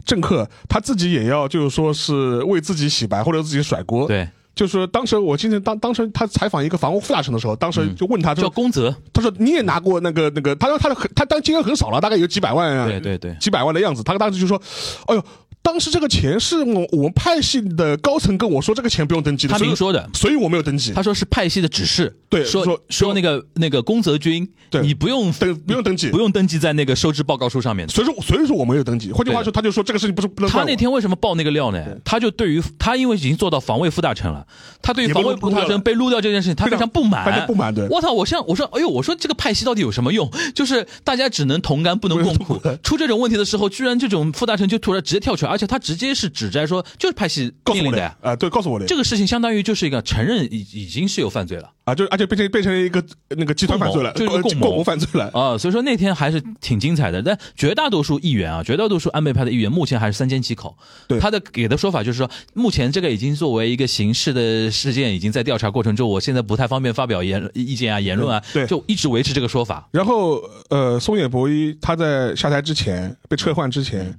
政客，他自己也要就是说是为自己洗白或者自己甩锅。，
对
就是说当时我今天当当时他采访一个房屋副大臣的时候，当时就问他
叫
说，
宫泽，
他说你也拿过那个那个，他说他的他当金额很少了，大概有几百万啊，
对对对
几百万的样子。他当时就说，哎呦。当时这个钱是我我们派系的高层跟我说，这个钱不用登记的，
他
所以
明说的
所以我没有登记。
他说是派系的指示，
对
说
说
说那个那个宫泽君，
对
你不用
登不用登记
不用登记在那个收支报告书上面的。
所以说，所以说我没有登记。换句话说，他就说这个事情不是不能
他
怪我。
那天为什么爆那个料呢？他就对于他因为已经做到防卫副大臣了，他对于
也
防
被
卫
撸
副大
撸掉
臣
了
被撸掉这件事情，他
非
非
常
常不满，
他就不满对
我操！我像我说，哎呦，我说这个派系到底有什么用？就是大家只能同甘不能共苦。出这种问题的时候，居然这种副大臣就突然直接跳出来，而且他直接是指摘说，就是派系
告
命
诉
令
我
的
的
呀
啊、。对，告诉我的
这个事情相当于就是一个承认已已经是有犯罪了。
啊，就而且变成变成一个那个集团犯罪了，
共谋就是一个
呃
共谋
共谋犯罪了。
啊、所以说那天还是挺精彩的。但绝大多数议员啊，绝大多数安倍派的议员目前还是三缄其口。
对
他的给的说法就是说，目前这个已经作为一个刑事的事件，已经在调查过程中，我现在不太方便发表言意见啊、言论啊，
对
就一直维持这个说法。
然后呃，松野博一他在下台之前被撤换之
嗯
前，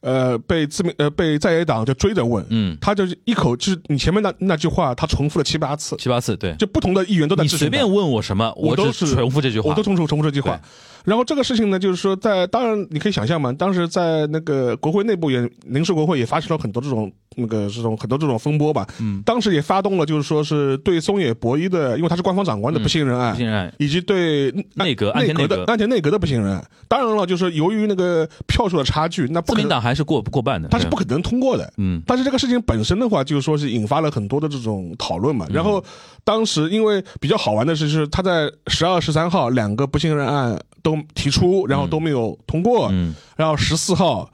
呃，被自民呃被在野党就追着问，
嗯
他就是一口就是你前面那那句话，他重复了七八次，
七八次，对，
就不同的议员都在
你
质
随
询他
便问我什么，
我都
只
是
重复这句话。
我都重复重复这句话
对。
然后这个事情呢，就是说在当然你可以想象嘛，当时在那个国会内部也临时国会也发生了很多这种那个这种很多这种风波吧。嗯，当时也发动了就是说是对松野博一的，因为他是官方长官的
嗯
不信任案，
不信任案
以及对
内阁安
内
田内
阁
阁
的安田内阁的不信任案。当然了，就是由于那个票数的差距，那不
自
可
民
能
党还是过过半的，
他是
对
不可能通过的。
嗯
但是这个事情本身的话，就是说是引发了很多的这种讨论
嗯
嘛。然后当时因为比较好玩的是，就是他在十二、十三号两个不信任案都提出，然后都没有通过。
嗯，
然后十四号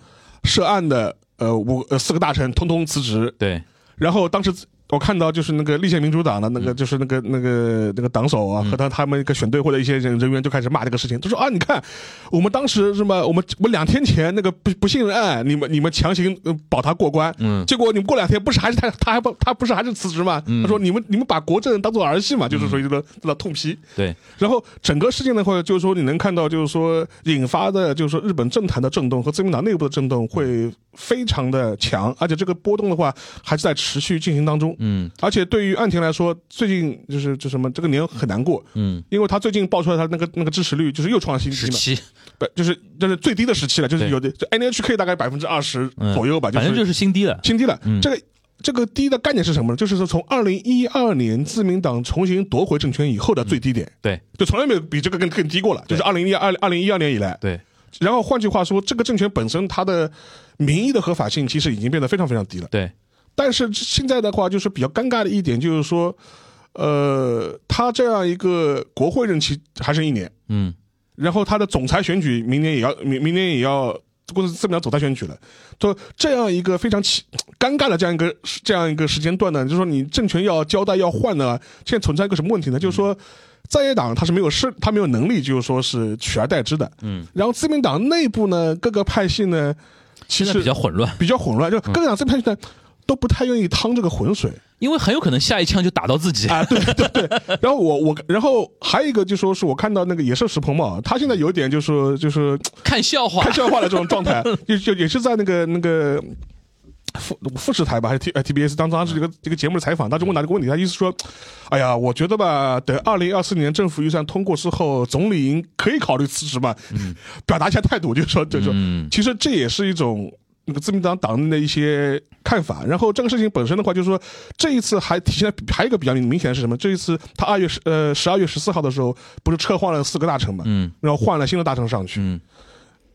涉案的呃五呃四个大臣通通辞职。
对，
然后当时我看到就是那个立宪民主党的那个就是那个那个那个党首啊和他他们一个选队会的一些人人员就开始骂这个事情，他说啊你看我们当时什么我们我两天前那个不不信任案你们你们强行呃保他过关，
嗯
结果你们过两天不是还是他他还不他不是还是辞职吗？他说你们你们把国政当做儿戏嘛，就是属于这个这个痛批。
对，
然后整个事件的话，就是说你能看到，就是说引发的，就是说日本政坛的震动和自民党内部的震动会非常的强，而且这个波动的话还是在持续进行当中。
嗯
而且对于岸田来说，最近就是就什么这个年很难过，
嗯，
因为他最近爆出来他那个那个支持率就是又创新
十
低嘛，
七，
不就是就是最低的时期了，就是
对
有的就 NHK 大概百分之二十
嗯
左右吧，
反正就是是新低了。
新低了。这个这个低的概念是什么呢？就是说，从二零一二年自民党重新夺回政权以后的最低点，
嗯对
就从来没有比这个更更低过了。就是二零一二二零一二年以来，
对，
然后换句话说，这个政权本身它的民意的合法性其实已经变得非常非常低了。
对，
但是现在的话，就是比较尴尬的一点就是说，呃，他这样一个国会任期还剩一年，
嗯，
然后他的总裁选举明年也要明明年也要公司自民党总裁选举了，就这样一个非常奇尴尬的这样一个这样一个时间段呢，就是说你政权要交代要换呢，现在存在一个什么问题呢？就是说。在野党他是没有势，他没有能力，就是说是取而代之的。嗯，然后自民党内部呢，各个派系呢，其
现在
实
比较混乱，
比较嗯混乱，就各个党自民党呢都不太愿意趟这个浑水。
因为很有可能下一枪就打到自己。
啊，对对对。 然后我我然后还有一个就说是我看到那个也是石鹏茂，他现在有点就是就是
看笑话
看，笑话的这种状态，就就也是在那个那个。富富士台吧，还是 T 呃 TBS 当当时这个这个节目的采访，当时问到这个问题，他意思说，哎呀，我觉得吧，等二零二四年政府预算通过之后，总理应可以考虑辞职吧， 表达一下态度，就是说，就是说，其实这也是一种那个自民党党内的一些看法。然后这个事情本身的话，就是说，这一次还体现在还有一个比较明显的是什么？这一次他二月十呃十二月十四号的时候，不是撤换了四个大臣嘛，
嗯
然后换了新的大臣上去，
嗯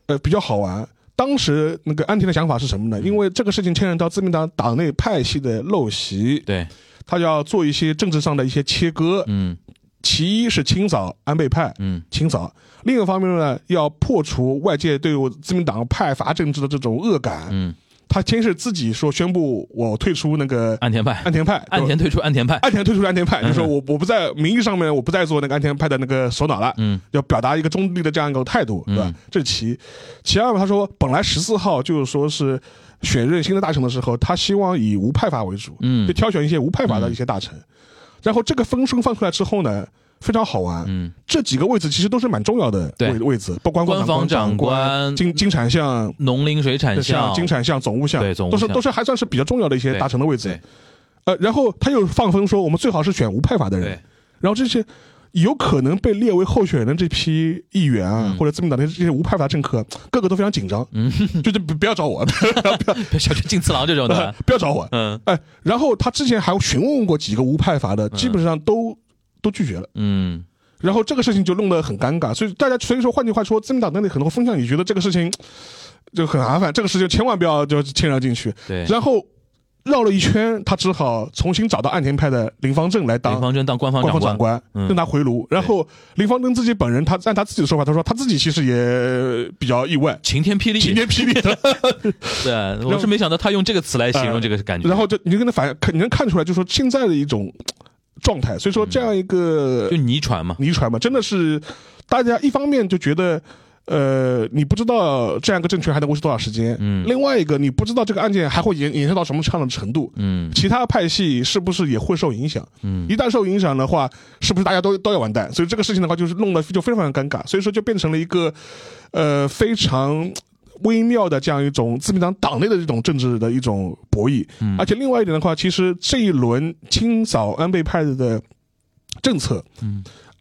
呃，比较好玩。当时那个安田的想法是什么呢？因为这个事情牵扯到自民党党内派系的陋习，
对，
他要做一些政治上的一些切割。
嗯
其一是清扫安倍派，
嗯
清扫；另一方面呢，要破除外界对我自民党派阀政治的这种恶感。
嗯，
他先是自己说宣布我退出那个
安田派
安，田派，
安田退出安田派，嗯
安田退出安田派，就说我我不在名义上面我不再做那个安田派的那个首脑了，
嗯，
要表达一个中立的这样一个态度，对吧？这是其一其二嘛，他说本来十四号就是说是选任新的大臣的时候，他希望以无派阀为主，
嗯
就挑选一些无派阀的一些大臣，然后这个风声放出来之后呢。非常好玩，
嗯，
这几个位置其实都是蛮重要的
对
位位置，包括官
官
方
方长
官、
官
金金产相、
农林水产
像
项，
金产相、总务相，
对总务
都是
相
都是还算是比较重要的一些
对
大臣的位置
对。
呃，然后他又放风说，我们最好是选无派阀的人
对。
然后这些有可能被列为候选人的这批议员啊，
嗯
或者自民党的这些无派阀政客，个个都非常紧张，嗯， 就是不不要找我，
小泉进次郎这种的，
不要找我。
嗯
哎，然后他之前还询问过几个无派阀的，基本上都都拒绝了。
嗯
然后这个事情就弄得很尴尬，所以大家所以说，换句话说，自民党内很多风向也觉得这个事情就很麻烦，这个事情千万不要就牵扯进去。
对
然后绕了一圈，他只好重新找到岸田派的林方正来
林
当
方正当官方
官方长
长官，
官，
嗯
让他回炉。然后林方正自己本人，他按他自己的说法，他说他自己其实也比较 意外，
晴天霹雳，
晴天霹雳 的。
对，我是没想到他用这个词来形容这个感觉。
呃然后就你就跟他反，你能看出来，就是说现在的一种状态。所以说这样一个
就泥船嘛，
遗传嘛，真的是大家一方面就觉得。呃，你不知道这样一个政权还能维持多少时间，嗯，另外一个你不知道这个案件还会延延伸到什么样的程度，
嗯，
其他派系是不是也会受影响？嗯，一旦受影响的话，是不是大家都都要完蛋？所以这个事情的话，就是弄得就非常非常尴尬，所以说就变成了一个呃非常。微妙的这样一种自民党党内的这种政治的一种博弈，而且另外一点的话，其实这一轮清扫安倍派的政策，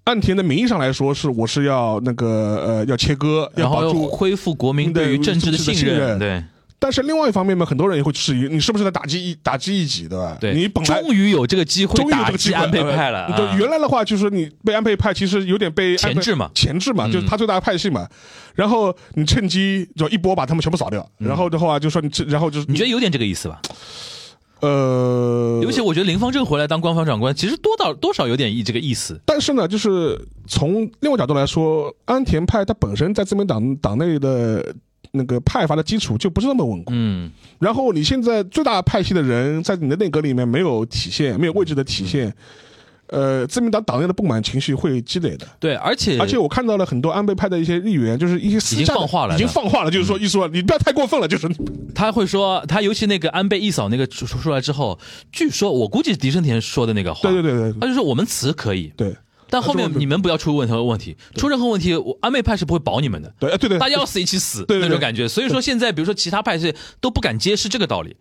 岸田的名义上来说是我是要那个呃要切割，要
然后
保
又
住，
恢复国民对于政治的信任，对
但是另外一方面嘛，很多人也会质疑你是不是在打击一打击异己，对吧？
对，
你本来
终于有这个机会
终于有
打
这个
击
机会
安倍派了，啊嗯
呃就原来的话就是你被安倍派其实有点被安倍
前置嘛嗯
前置嘛，就是他最大的派系嘛。然后你趁机就一波把他们全部扫掉，然后的话就说你这，然后就是
嗯你觉得有点这个意思吧？
呃，
尤其我觉得林方正回来当官方长官，其实多到多少有点意这个意思。
但是呢，就是从另外角度来说，安田派它本身在自民党党内的那个派阀的基础就不是那么稳固。
嗯，
然后你现在最大派系的人在你的内阁里面没有体现，没有位置的体
嗯
现，呃，自民党党内的不满情绪会积累的。
对，而且
而且我看到了很多安倍派的一些议员，就是一些私
嗯已
下
经
的
放话了
已经放话了，就是说，意思说你不要太过分了，就是
他会说，他尤其那个安倍一扫那个出出出来之后，据说我估计狄生田说的那个话，
对对对对
他就说我们辞可以，
对
但后面你们不要出任何问题，出任何问题，我安倍派是不会保你们的，
对，哎对对，
大家要死一起死
对对对
那种感觉。所以说现在，比如说其他派是都不敢接，是这个道理。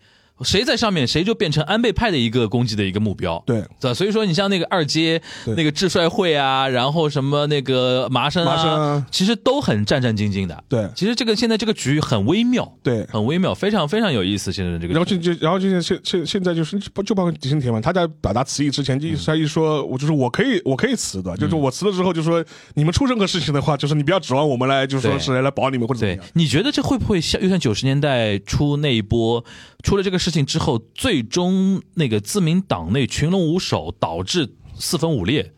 谁在上面，谁就变成安倍派的一个攻击的一个目标。
对
吧？所以说，你像那个二阶
对
那个智帅会啊，然后什么那个麻生啊，
麻生啊
其实都很战战兢兢的。
对
其实这个现在这个局很微妙，
对
很微妙，非常非常有意思。现在这个
然后就就然后就现现现现在就是就就包括底线铁嘛，他在表达辞意之前，就他一说，我就是我可以我可以辞的，
嗯
就是我辞了之后，就说你们出任何事情的话，就是你不要指望我们来，就说
对
是来来保你们或者怎么
对
样，。
你觉得这会不会像又像九十年代初那一波出了这个事情之后，最终那个自民党内群龙无首，导致四分五裂？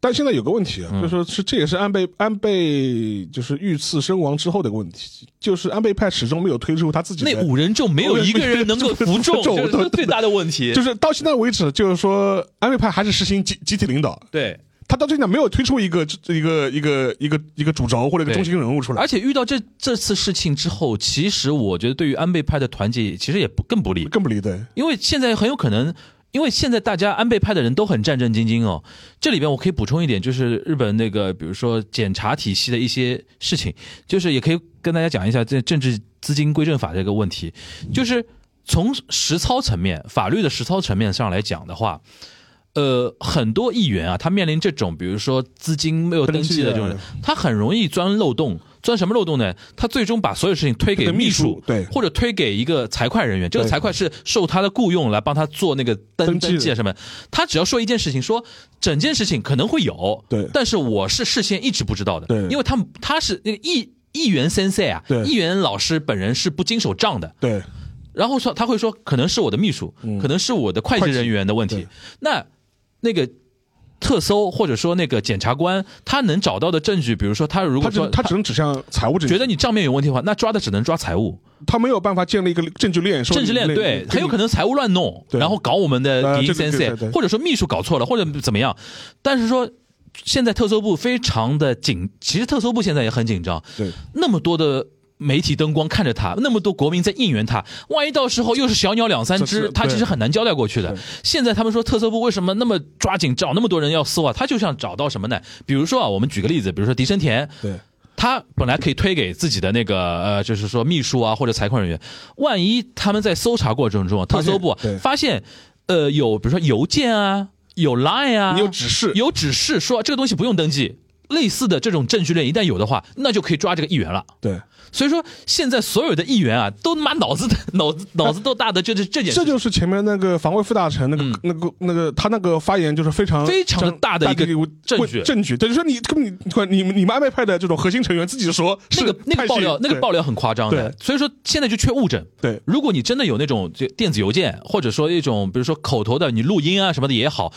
但现在有个问题啊，
嗯
就是说是这也是安倍安倍就是遇刺身亡之后的一个问题，就是安倍派始终没有推出他自己的
那五人中没有 一个人能够服众，这
对
是
对对
最大的问题。
就是到现在为止，就是说安倍派还是实行集集体领导，
对，
他到现在没有推出一个一个一个一个一个主轴或者一个
对
中心人物出来
而，且遇到这这次事情之后，其实我觉得对于安倍派的团结其实也不更不利，
更不离对。
因为现在很有可能。因为现在大家安倍派的人都很战战兢兢哦。这里边我可以补充一点，就是日本那个，比如说检察体系的一些事情，就是也可以跟大家讲一下这政治资金归正法这个问题。就是从实操层面、法律的实操层面上来讲的话，呃，很多议员啊，他面临这种比如说资金没有登记的这种人
登，
他很容易钻漏洞。钻什么漏洞呢？他最终把所有事情推给
推给
秘
秘书
书，
对
或者推给一个财会人员。这个
对
财会是受他的雇佣来帮他做那个登
登记的
登记啊什么。他只要说一件事情，说整件事情可能会有，
对
但是我是事先一直不知道的，
对
因为他们他是那个议议员 sensei 啊，
对
议员老师本人是不经手账的，
对，
然后说他会说，可能是我的秘书，可能是我的会计人员的问
嗯会
题
计。
那那个特搜或者说那个检察官，他能找到的证据，比如说他如
他
果
只
说
他只能指向财务这一
觉
边
得你账面有问题的话，那抓的只能抓财务、
他没有办法建立一个证据链，说
政治链，
你
对，很有可。能财务乱弄，
对
然后搞我们的
呃
敌
这
先
个对
C，
对对
或者说秘书搞错了，或者怎么样。但是说现在特搜部非常的紧，其实特搜部现在也很紧张，
对
那么多的媒体灯光看着他，那么多国民在应援他，万一到时候又是小鸟两三
这
只，
是
他
对
其实很难交代过去的
对。
现在他们说特搜部为什么那么抓紧找那么多人要搜啊？他就想找到什么呢？比如说啊，我们举个例子，比如说狄生田，
对
他本来可以推给自己的那个呃，就是说秘书啊或者财会人员，万一他们在搜查过程中，特
发现
搜部啊
对
发现，呃，有比如说邮件啊，有 Line 啊，
你有指示
有指示说这个东西不用登记，类似的这种证据链一旦有的话，那就可以抓这个议员了。
对，
所以说，现在所有的议员啊，都他妈脑子 脑 子脑子都大的，就是这件事
这
情。
就是前面那个防卫副大臣那个、那个那个他那个发言就是非常
非常的大的一个证据
证据，等于说你根本你管你们你们安倍派的这种核心成员自己说
那个
是
那个
派系
爆料，那个爆料很夸张的
对，
所以说现在就缺物证。
对
如果你真的有那种就电子邮件，或者说一种比如说口头的，你录音啊什么的也好，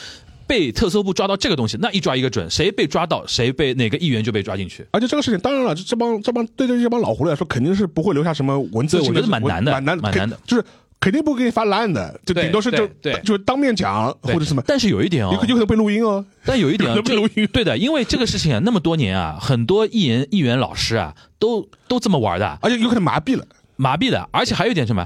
被特搜部抓到这个东西，那一抓一个准，谁被抓到，谁被哪个议员就被抓进去。
而且这个事情，当然了，这这帮这帮对对这帮老狐狸来说，肯定是不会留下什么文字
对
性
我觉得蛮
文
难的
蛮难
蛮难的
肯就是肯定不会给你发烂的，就
对
顶多是就
对对
就当面讲或
对
者什么，
但是有一点哦
有， 可有可能被录音哦，
但有一点、啊
有，可能被
就
录音
对的，因为这个事情啊，那么多年啊，很多议员、议员老师啊，都都这么玩的，
而且有可能麻痹了，
麻痹的。而且还有一点什么，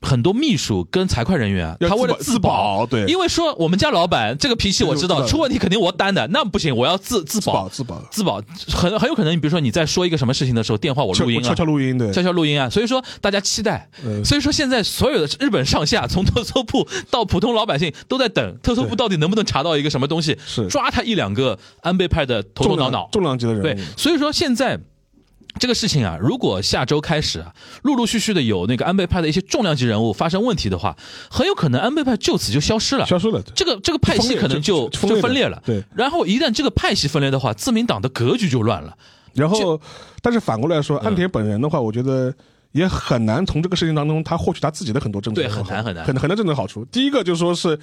很多秘书跟财会人员啊，
要
他为了
自保自保对
因为说我们家老板这个脾气我知道，
这个我知道
出问题肯定我担的，那不行，我要自自
自保
保。
自保，
自保很很有可能，你比如说你在说一个什么事情的时候，电话我
悄
录音啊
悄，悄录音对
悄。悄录音啊，所以说大家期待，
嗯
所以说现在所有的日本上下，从特搜部到普通老百姓都在等特搜部
对
到底能不能查到一个什么东西，
是
抓他一两个安倍派的头头脑脑，
重量级的人物，
对，所以说现在。这个事情啊，如果下周开始啊，陆陆续续的有那个安倍派的一些重量级人物发生问题的话，很有可能安倍派就此就消失了。
消失了。
这个这个派系
分裂
可能就
就就分裂
就分裂
了
了。
对，
然后一旦这个派系分裂的话，自民党的格局就乱了。
然后，但是反过来说，岸田本人的话，我觉得也很难从这个事情当中他获取他自己的很多政治
对
好处
很难很难
很很多政治好处。第一个就是说是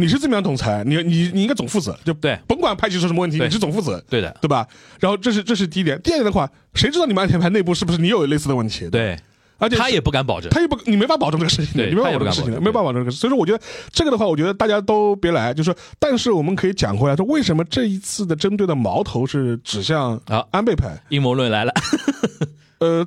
你是自民党总裁，你你你应该总负责，就
对
甭管派系出什么问题，
对
你是总负责，
对的
对吧？然后这是这是第一点，第二点的话，谁知道你们安田派内部是不是你有类似的问题？，
对，
而且
他也不敢保证。
他也不，你没法保证这个事情的，
对
你没法保证这个事情的，没法保证这个事情。所以说，我觉得这个的话，我觉得大家都别来，就是说，但是我们可以讲回来，说为什么这一次的针对的矛头是指向
好
安倍派？
阴谋论来了，
呃，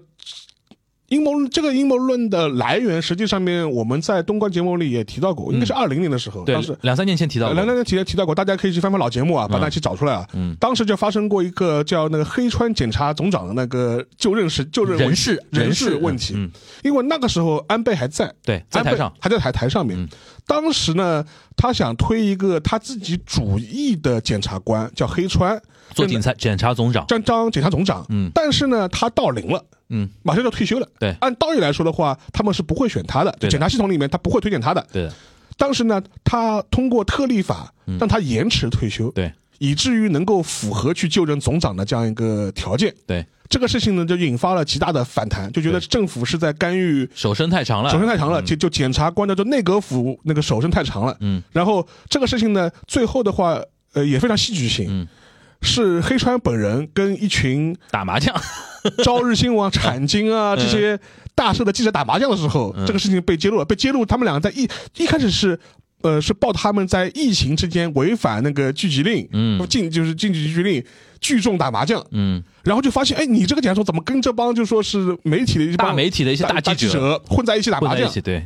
阴谋论这个阴谋论的来源，实际上面我们在东关节目里也提到过，应该是二零年的时候，
嗯对
当时，
两三年前提到
呃
过，
来来来提提到过，大家可以去翻翻老节目啊，把那期找出来啊。嗯，当时就发生过一个叫那个黑川检察总长的那个就任时就任问
人事
人
事
事问题，
嗯，
因为那个时候安倍还在，
对，在台
安
上嗯
倍，还在台台上面。当时呢，他想推一个他自己主义的检察官，叫黑川，
做警察检察总长，
张张检察总长。
嗯
但是呢，他到龄了，
嗯，
马上就退休了。
对
按道理来说的话，他们是不会选他的，
对的
检察系统里面他不会推荐他的。
对的，
当时呢，他通过特例法让他延迟退休，
对
以至于能够符合去就任总长的这样一个条件。
对，
这个事情呢，就引发了极大的反弹，就觉得
对
政府是在干预
手伸太长了，
手伸太长了，就就检察官的就内阁府那个手伸太长了。
嗯，
然后这个事情呢，最后的话，呃，也非常戏剧性。
嗯
是黑川本人跟一群
打麻将，
朝日新闻、啊、产经啊
嗯
这些大社的记者打麻将的时候，这个事情被揭露了。被揭露，他们两个在一一开始是。呃，是报他们在疫情之间违反那个聚集令，
嗯
禁就是禁止聚集令，聚众打麻将，
嗯，
然后就发现，哎，你这个检察总长怎么跟这帮就说是媒体的一帮
大媒体的一些
大
记
记混在一起打麻
混在一
将，
起，对，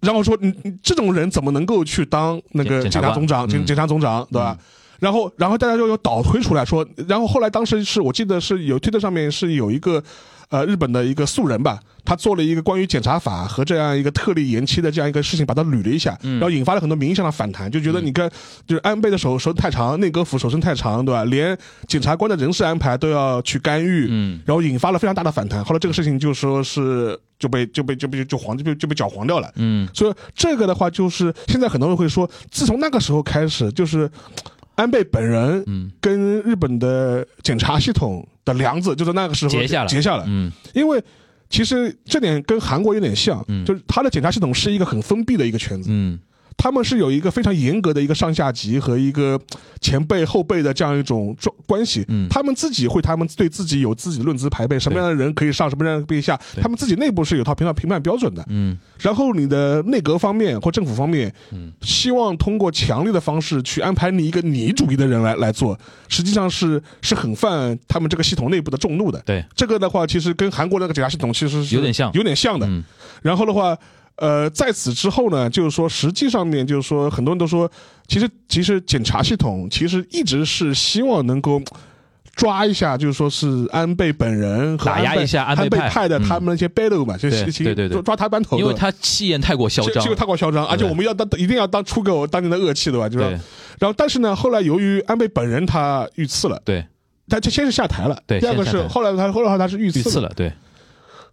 然后说你你这种人怎么能够去当那个
检
检察总
检察
长、
官
检
嗯
检察总长，对吧？然后，然后大家就有倒推出来说，然后后来当时是我记得是有推特上面是有一个，呃，日本的一个素人吧，他做了一个关于检察法和这样一个特例延期的这样一个事情，把它捋了一下，
嗯
然后引发了很多民意上的反弹，就觉得你看，就是安倍的手手太长，内阁府手伸太长，对吧？连检察官的人事安排都要去干预，
嗯，
然后引发了非常大的反弹。后来这个事情就说是就被就被就被就黄就被就被搅黄掉了，
嗯，
所以这个的话，就是现在很多人会说，自从那个时候开始，就是安倍本人
嗯
跟日本的检察系统的梁子，就是那个时候
结下了
结下了。
嗯
因为其实这点跟韩国有点像，
嗯
就是他的检察系统是一个很封闭的一个圈子，
嗯
他们是有一个非常严格的一个上下级和一个前辈后辈的这样一种状关系。
嗯
他们自己会，他们对自己有自己的论资排辈，什么样的人可以上，什么样的人可以下，
对
他们自己内部是有套评判评判标准的。
嗯，
然后你的内阁方面或政府方面，希望通过强力的方式去安排你一个你主义的人来来做，实际上是是很犯他们这个系统内部的众怒的。
对，
这个的话，其实跟韩国那个检察系统其实是
有点像
有点像的。
嗯
然后的话，呃，在此之后呢，就是说，实际上面就是说，很多人都说，其实其实检察系统其实一直是希望能够。抓一下，就是说是安倍本人和
打压
安倍
一下安
安
倍
倍
派
的他
嗯
们那些 battle 嘛，就
对
是其
对对对
抓抓他班头的，
因为他气焰太过嚣
这
张
这个，太过嚣张，而且
对
我们要当一定要当出个我当年的恶气，对吧？就是说，
对
然后但是呢，后来由于安倍本人他遇刺了，
对，
他这先是下台了，
对
第二个
先下
是
台
后来他后来他是遇
遇
刺
刺
了，
了，对，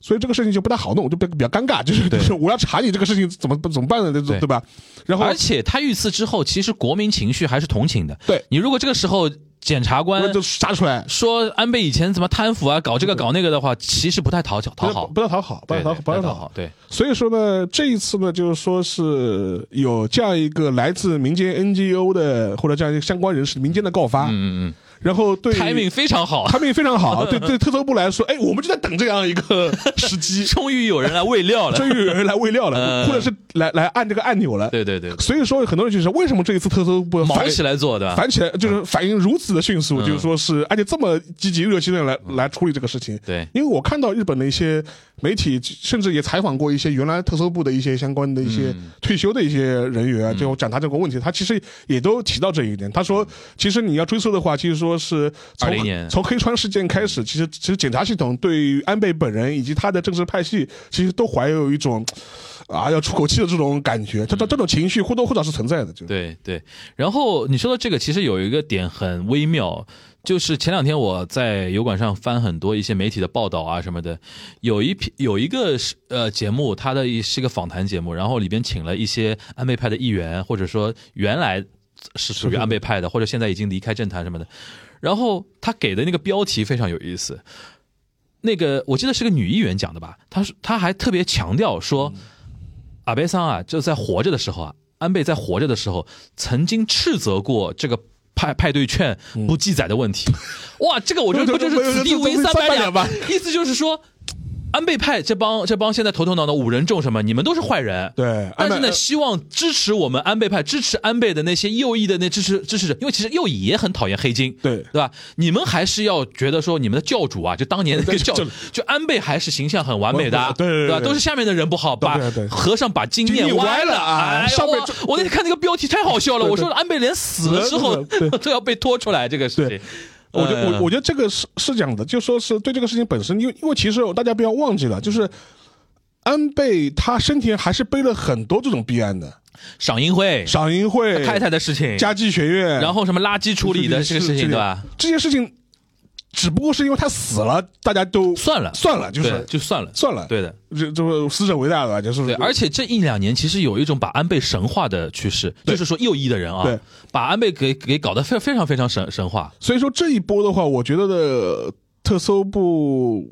所以这个事情就不太好弄，就比较比较尴尬，就是就是我要查你这个事情怎么怎么办呢？对
对
对吧？然后
而且他遇刺之后，其实国民情绪还是同情的。
对
你如果这个时候检察
我
官
就杀出来，
说安倍以前怎么贪腐啊，搞这个搞那个的话，其实不太讨巧讨好，
不要讨好，不要
对
讨好，不要
对
讨
讨
好。
好，对，
所以说呢，这一次呢，就是说是有这样一个来自民间 NGO 的或者这样一个相关人士民间的告发，
嗯嗯
然后对
嗯，timing 非常好，
他们也非常好，对对，特搜部来说，哎，我们就在等这样一个时 机，
终于有人来喂料了
终。于有人来喂料了，
嗯
或者是来来按这个按钮了。
对对对，
所以说，很多人就说，为什么这一次特搜部
忙
反
起来嗯做的，
反起来，就是反应如此的迅速，就是说是而且这么积极热心的来来处理这个事情。
对
因为我看到日本的一些媒体，甚至也采访过一些原来特搜部的一些相关的一些
嗯
退休的一些人员啊，就讲他这个问题，他其实也都提到这一点。他说，其实你要追溯的话，其实说是从
20年
从黑川事件开始，其实其实检察系统对于安倍本人以及他的政治派系，其实都怀有一种啊要出口气的这种感觉，
嗯
这这这种情绪或多或少是存在的，就
对对。然后你说到这个，其实有一个点很微妙，就是前两天我在油管上翻很多一些媒体的报道啊什么的，有一批有一个是呃节目，它的一是一个访谈节目，然后里边请了一些安倍派的议员，或者说原来是属于安倍派的，或者现在已经离开政坛什么的。然后他给的那个标题非常有意思，那个我记得是个女议员讲的吧，她说她还特别强调说，
嗯
阿贝桑啊，就在活着的时候啊，安倍在活着的时候曾经斥责过这个。派派对券
嗯
不 记载的问题，哇，这个我觉得
对
不
对
就是
对对
此地
对
无银
对
三
三百
百
两吧
意思就是说，安倍派这帮这帮现在头头脑脑五人众什么，你们都是坏人。
对安倍呃
但是呢，希望支持我们安倍派、支持安倍的那些右翼的那支持支持者，因为其实右翼也很讨厌黑金，
对
对吧？你们还是要觉得说你们的教主啊，就当年 那个教
就
主，就安倍还是形象很完美的啊
我，对对对
吧？
对
都是下面的人不好，把
对对对
和尚把经念
经念
歪
歪
了
了啊
哎呦
上面
我
就
我那天看那个标题太好笑了，
对对
我说安倍连死了之后
对对 对
都要被拖出来这个事情
对。我觉得
呃
我我觉得这个是是这样的，就说是对这个事情本身，因为因为其实大家不要忘记了，就是安倍他生前还是背了很多这种弊案的，
赏樱会、
赏樱会、
太太的事情，
家计学院，
然后什么垃圾处理的这个事情，对吧？？
这些事情只不过是因为他死了，大家都
算了
算了，就
对
是
就算了，
算了，
对的。
这这死者为大了，就是
对，而且这一两年其实有一种把安倍神化的趋势，
对
就是说右翼的人啊
对，
把安倍给给搞得非非常非常神神化。
所以说这一波的话，我觉得的特搜部，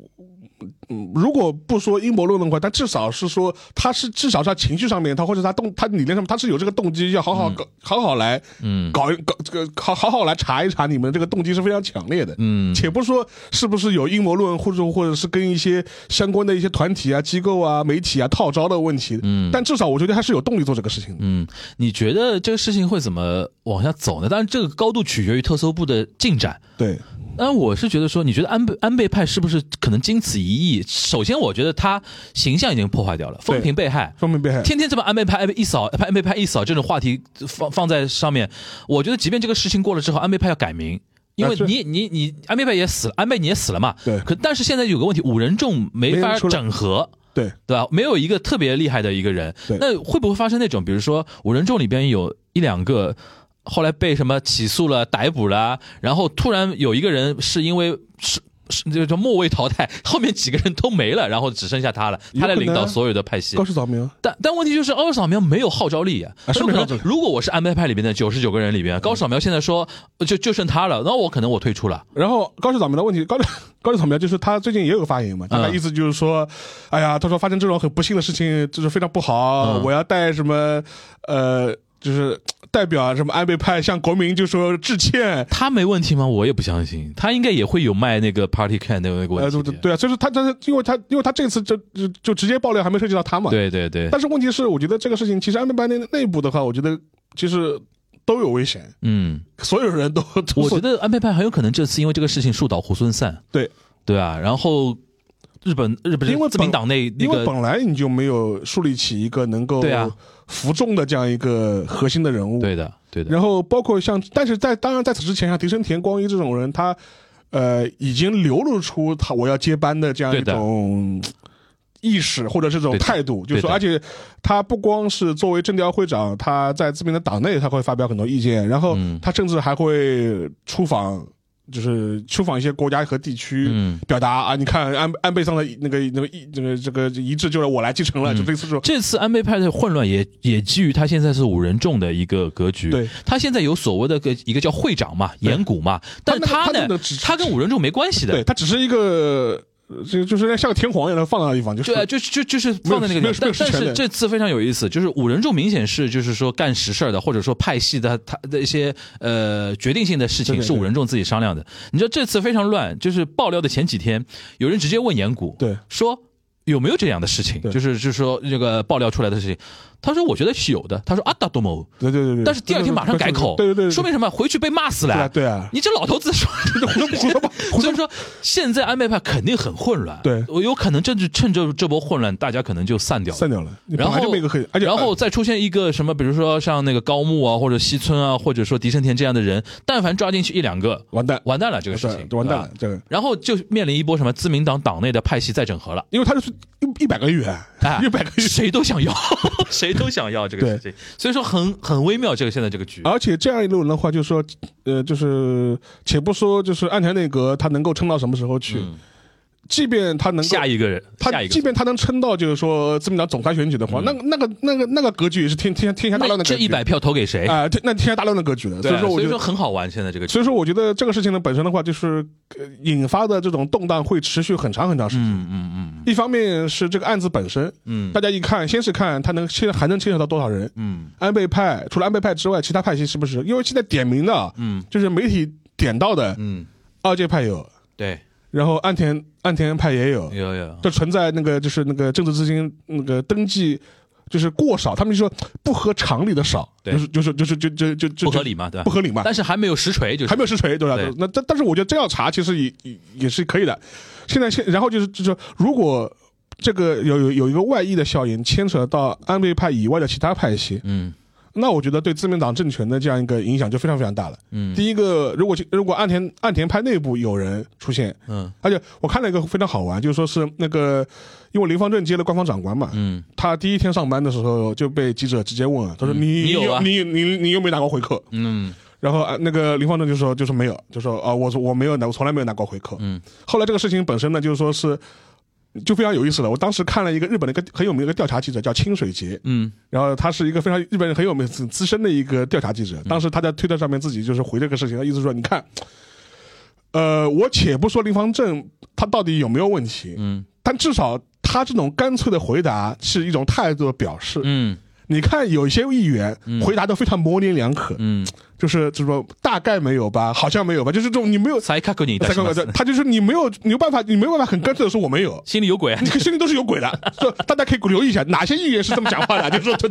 嗯，如果不说阴谋论的话，但至少是说他是至少在情绪上面，他或者他动他理念上面，他是有这个动机要好好搞、好好来，嗯，搞一搞这个好好好来查一查你们这个动机是非常强烈的，嗯，且不说是不是有阴谋论，或者或者是跟一些相关的一些团体啊、机构啊、媒体啊套招的问题，嗯，但至少我觉得他是有动力做这个事情的，
嗯，你觉得这个事情会怎么往下走呢？当然，这个高度取决于特搜部的进展。
对，
当然，我是觉得说，你觉得安倍安倍派是不是可能经此一役？首先，我觉得他形象已经破坏掉了，风评被害。
方面被害，
天天这么安倍派、安倍一扫、安倍派一扫这种话题放放在上面，我觉得即便这个事情过了之后，安倍派要改名。因为
啊是
你你你安倍派也死了，安倍你也死了嘛。
对
可但是现在有个问题，五人众没
没
法
人出来
整合，
对，
对吧？没有一个特别厉害的一个人
对。
那会不会发生那种，比如说五人众里边有一两个后来被什么起诉了、逮捕了，然后突然有一个人是因为是。是就叫末位淘汰， 后面几个人都没了，然后只剩下他了，他来
有可
领导
能啊
所有的派系。
高市早苗。
但但问题就是高市扫描没有号召力啊，
啊是
有可
没有
能
号召力
如果我是安倍派里边的九十九个人里边，高市扫描现在说呃就就剩他了，那我可能我退出了。
然后高市早苗的问题，高 市高市早苗就是他最近也有个发言嘛，大概
嗯
意思就是说，哎呀，他说发生这种很不幸的事情，就是非常不好，
嗯
我要带什么，呃，就是代表什么安倍派向国民就说致歉。
他没问题吗？我也不相信，他应该也会有卖那个 party can 的那个
呃，
问
对
题
对。对啊，所以说他他他因为他因为他这次就就就直接爆料还没涉及到他嘛，
对对对，
但是问题是，我觉得这个事情其实安倍派内内部的话，我觉得其实都有危险，
嗯，
所有人都
我觉
得
得安倍派很有可能这次因为这个事情树倒猢狲散，
对，
对啊，然后日本日本
因为
自民
本
党内那
因为
个
本来你就没有树立起一个能够
对啊
服众的这样一个核心的人物，
对的对的，
然后包括像，但是在当然在此之前，像迪生田光一这种人，他呃已经流露出他我要接班的这样
对
一
的
种意识或者这种
对的
态度，就是
对
说，
的
而且他不光是作为政调会长，他在自民的党内他会发表很多意见，然后他甚至还会出访。就是出访一些国家和地区，表达啊，你看安安倍桑的那个那个意那个这个遗志，就是我来继承了，就类似这种。
这次安倍派的混乱也也基于他现在是五人众的一个格局，
对，
他现在有所谓的个一个叫会长嘛，岩谷嘛，但是
他那个
呢
他那个只，
他跟五人众没关系
对，
的，
他只是一个，呃就就是像个天皇一样的放在那地方，就是
对啊，就就就是放在那个地
没有
方，但
没有
但
实权
是
的
这次非常有意思，就是五人众明显是就是说干实事儿的，或者说派系的他的一些呃决定性的事
对
情
对
是
对
五人众自己商量的。你知道这次非常乱，就是爆料的前几天，有人直接问岩谷，
对
说有没有这样的事情，
对
就是就是说这个爆料出来的事情，他说我觉得是有的，他说啊大多某。
对对对对，
但是第二天马上改口，
对对对，对
说明什么？回去被骂死
对
了
啊。对啊，
你这老头子说，
胡说胡说吧，胡
所
说
以说
吧
现在安倍派肯定很混乱。
对
我有可能正是趁着这波混乱，大家可能就散掉了。
散掉了，你本
然
来
后
就没有一个黑，而且
然后
呃
再出现一个什么，比如说像那个高木啊，或者西村啊，或者说迪生田这样的人，但凡抓进去一两个，
完蛋，
完蛋了这个事情，啊
对完蛋
对
了
吧。，
这个，
然后就面临一波什么自民党党内的派系再整合了。
因为他就是一一百个议员
哎，
一百个议员。
谁都想要， 谁都想要这个事情，所以说很很微妙，这个现在这个局。
而且这样一路人的话，就是说，呃，就是且不说，就是岸田内阁他能够撑到什么时候去，即便他能够
嗯下一个人，下
他
一个嗯
即便他能撑到就是说自民党总裁选举的话，那个那个那个那个格局也是天天天下大
那
乱的格
这
局，
一百票投给谁？
啊，天那天下大乱的格局了。所
对
以
啊
说，我
所
觉
以
得
说很好玩，现在这个局
所以说，我觉得这个事情呢本身的话，就是呃引发的这种动荡会持续很长很长时间。嗯嗯嗯。一方面是这个案子本身，嗯，大家一看，先是看他能现在还能牵扯到多少人，嗯，安倍派除了安倍派之外，其他派系是不
嗯
是？因为现在点名的，嗯，就是媒体点到的，嗯，二阶派有，
对
然后岸田岸田派也有，
有有，
这存在那个就是那个政治资金那个登记就是过少，他们就说不合常理的少，
对
就是就是就是就就就就
不合理嘛，对吧？
不合理嘛，
但是还没有实锤，就是
还没有实锤，对吧？
对
那但但是我觉得这样查其实也也也是可以的。现在现然后就是就是如果这个有有有一个外溢的效应牵扯到安倍派以外的其他派系，
嗯
那我觉得对自民党政权的这样一个影响就非常非常大了。
嗯
第一个，如果如果岸田岸田派内部有人出现，
嗯
而且我看了一个非常好玩，就是说是那个，因为林方正接了官方长官嘛，
嗯，
他第一天上班的时候就被记者直接问，他说
嗯
你
你有啊
你你你有没有拿过回扣？
嗯
然后啊，那个林方正就说就说没有，就说啊，我说我没有拿，我从来没有拿过回扣。
嗯，
后来这个事情本身呢，就是说是就非常有意思了。我当时看了一个日本的一个很有名的一个调查记者叫清水节，
嗯
然后他是一个非常日本人很有名很资深的一个调查记者，
嗯
当时他在推特上面自己就是回这个事情，他意思说你看，呃，我且不说林方正他到底有没有问题，
嗯
但至少他这种干脆的回答是一种态度的表示。
嗯
你看有一些议员回答的非常模棱两可，
嗯，
就是就是说大概没有吧，好像没有吧，就是这种你没有。
才看过你，
再看看，他就是你没有，你没有办法，你没有办法很干脆的说我没有，
心里有鬼啊
你！可心里都是有鬼的。就大家可以留意一下，哪些议员是这么讲话的， 就是说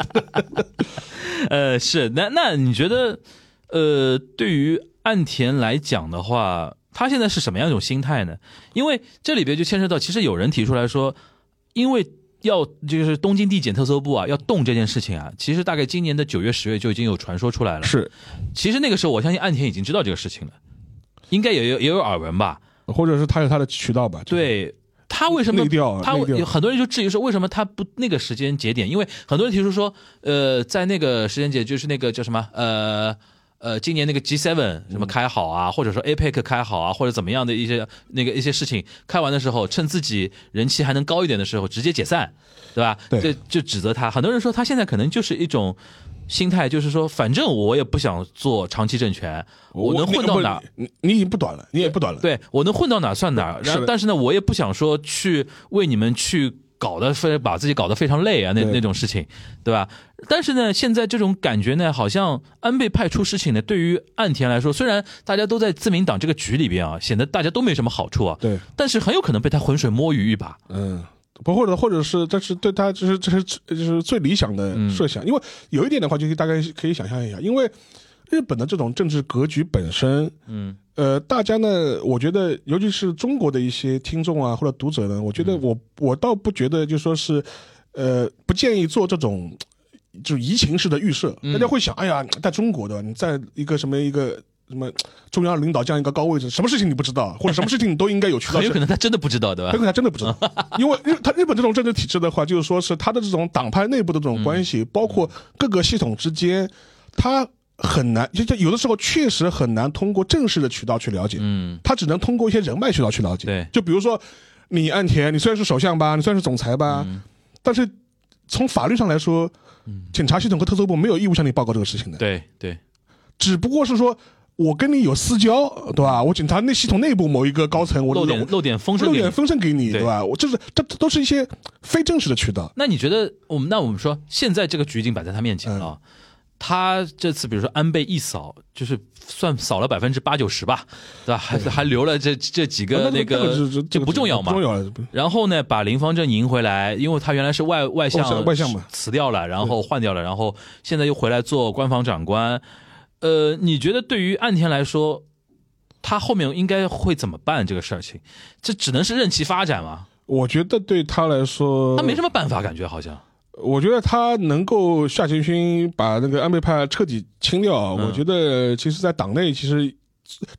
呃，是那那你觉得，呃，对于岸田来讲的话，他现在是什么样一种心态呢？因为这里边就牵涉到，其实有人提出来说，因为要就是东京地检特搜部啊要动这件事情啊，其实大概今年的九月十月就已经有传说出来了。
是，
其实那个时候我相信岸田已经知道这个事情了，应该也有也有耳闻吧？
或者是他有他的渠道吧。就是，
对。他为什么
内调啊
他
内调
有很多人就质疑说，为什么他不那个时间节点？因为很多人提出说，呃，在那个时间节，就是那个叫什么，呃呃，今年那个 G7
嗯
什么开好啊，或者说 APEC 开好啊，或者怎么样的一些那个一些事情，开完的时候，趁自己人气还能高一点的时候，直接解散，对吧？
对
这就指责他。很多人说他现在可能就是一种。心态就是说，反正我也不想做长期政权，我能混到哪儿
不你你已经不短了，你也不短了。，
对我能混到哪儿算哪儿。
是的
然后，但是呢，我也不想说去为你们去搞得非把自己搞得非常累啊，那
对
那种事情，对吧？但是呢，现在这种感觉呢，好像安倍派出事情呢，对于岸田来说，虽然大家都在自民党这个局里边啊，显得大家都没什么好处啊，
对，
但是很有可能被他浑水摸鱼一把。
嗯。不，或者或者是，这是对他，这是这是就是最理想的设想。因为有一点的话，就是大概可以想象一下，因为日本的这种政治格局本身，
嗯
呃，大家呢，我觉得，尤其是中国的一些听众啊，或者读者呢，我觉得我、我倒不觉得就说是，呃，不建议做这种就是移情式的预设。大家会想，哎呀，在中国对吧？你在一个什么一个什么中央领导这样一个高位置，什么事情你不知道，或者什么事情你都应该有渠道
很
去
有可能他真的不知道，对吧
这？个他真的不知道，
啊
因为日他日本这种政治体制的话，就是说是他的这种党派内部的这种关
嗯
系，包括各个系统之间，他很难，就就有的时候确实很难通过正式的渠道去了解，
嗯，
他只能通过一些人脉渠道去了解。
对
就比如说你岸田，你虽然是首相吧，你虽然是总裁吧，
嗯
但是从法律上来说，警察系统和特搜部没有义务向你报告这个事情的，
对对，
只不过是说。我跟你有私交，对吧？我警察那系统内部某一个高层，我
漏
我
点漏点风声
漏
给
点
你。
风声给你，
对
对吧？我就是这这都是一些非正式的渠道，
那你觉得我们那我们说，现在这个局已经摆在他面前
嗯
了啊，他这次比如说安倍一扫，就是算扫了百分之八九十吧，对吧？还还留了这这几个
啊那
个
这这
就不重要嘛
不。重要了。不
然后呢，把林方正迎回来，因为他原来是外外
外
相
相外相嘛
辞掉了，然后换掉了，然后现在又回来做官方长官。呃，你觉得对于岸田来说，他后面应该会怎么办这个事情？这只能是任其发展嘛，
我觉得对他来说，
他没什么办法，感觉好像。
我觉得他能够下决心把那个安倍派彻底清掉，
嗯
我觉得其实，在党内其实。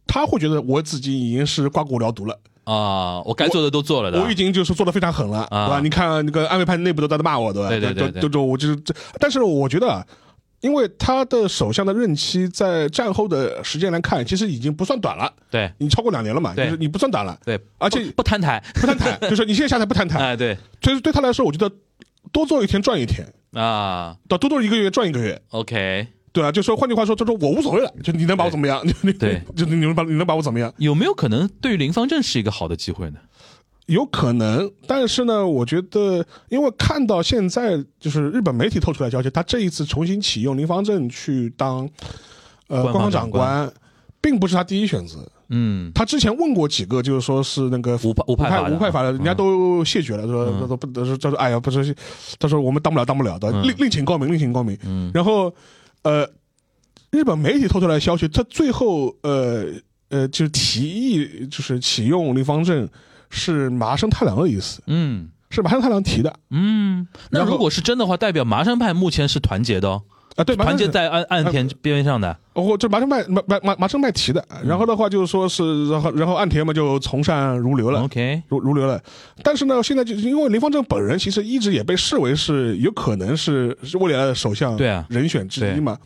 他会觉得我自己已经是刮骨疗毒了，
啊，我该做的都做了的。
我已经就是做的非常狠了，
啊
对吧？你看那个安倍派内部都在骂我，对吧？
对对对
都
对
都都我就是这，但是我觉得啊，因为他的首相的任期在战后的时间来看，其实已经不算短了，
对
你超过两年了嘛，就
对
是你不算短了，
对，
而且
不不摊 牌，
不摊台， 就是你现在下台不摊台，
哎，对
所以对他来说，我觉得多做一天赚一天，
啊
对，多做一个月赚一个月，
，OK，
对啊，就说换句话说，就说我无所谓了，就你能把我怎么样， 就你
对，
就你能把你能把我怎么样，
有没有可能对于林方正是一个好的机会呢？
有可能，但是呢，我觉得因为看到现在就是日本媒体透出来消息，他这一次重新启用林方正去当呃
官方
官方长
长官
官。并不是他第一选择。
嗯，
他之前问过几个，就是说是那个
无派无派
派
阀的
无派阀的，
嗯
人家都谢绝了，说他说不，他说他说哎呀，不是，他说我们当不了，当不了
嗯
的，另另请高明，另请高明。然后呃，日本媒体透出来的消息，他最后呃呃就是提议就是启用林方正是麻生太郎的意思，
嗯
是麻生太郎提的
嗯，那
然后
如果是真的话，代表麻生派目前是团结的哦，
啊，对，麻生
团结在岸岸田边上的。
哦，这麻生麦麻麻麻麻生麦提的，
嗯
然后的话就是说是，然后然后岸田嘛就从善如流了，
OK，
如如流了。但是呢，现在就是因为林方正本人其实一直也被视为是有可能是是未来的首相
对啊
人选之一嘛，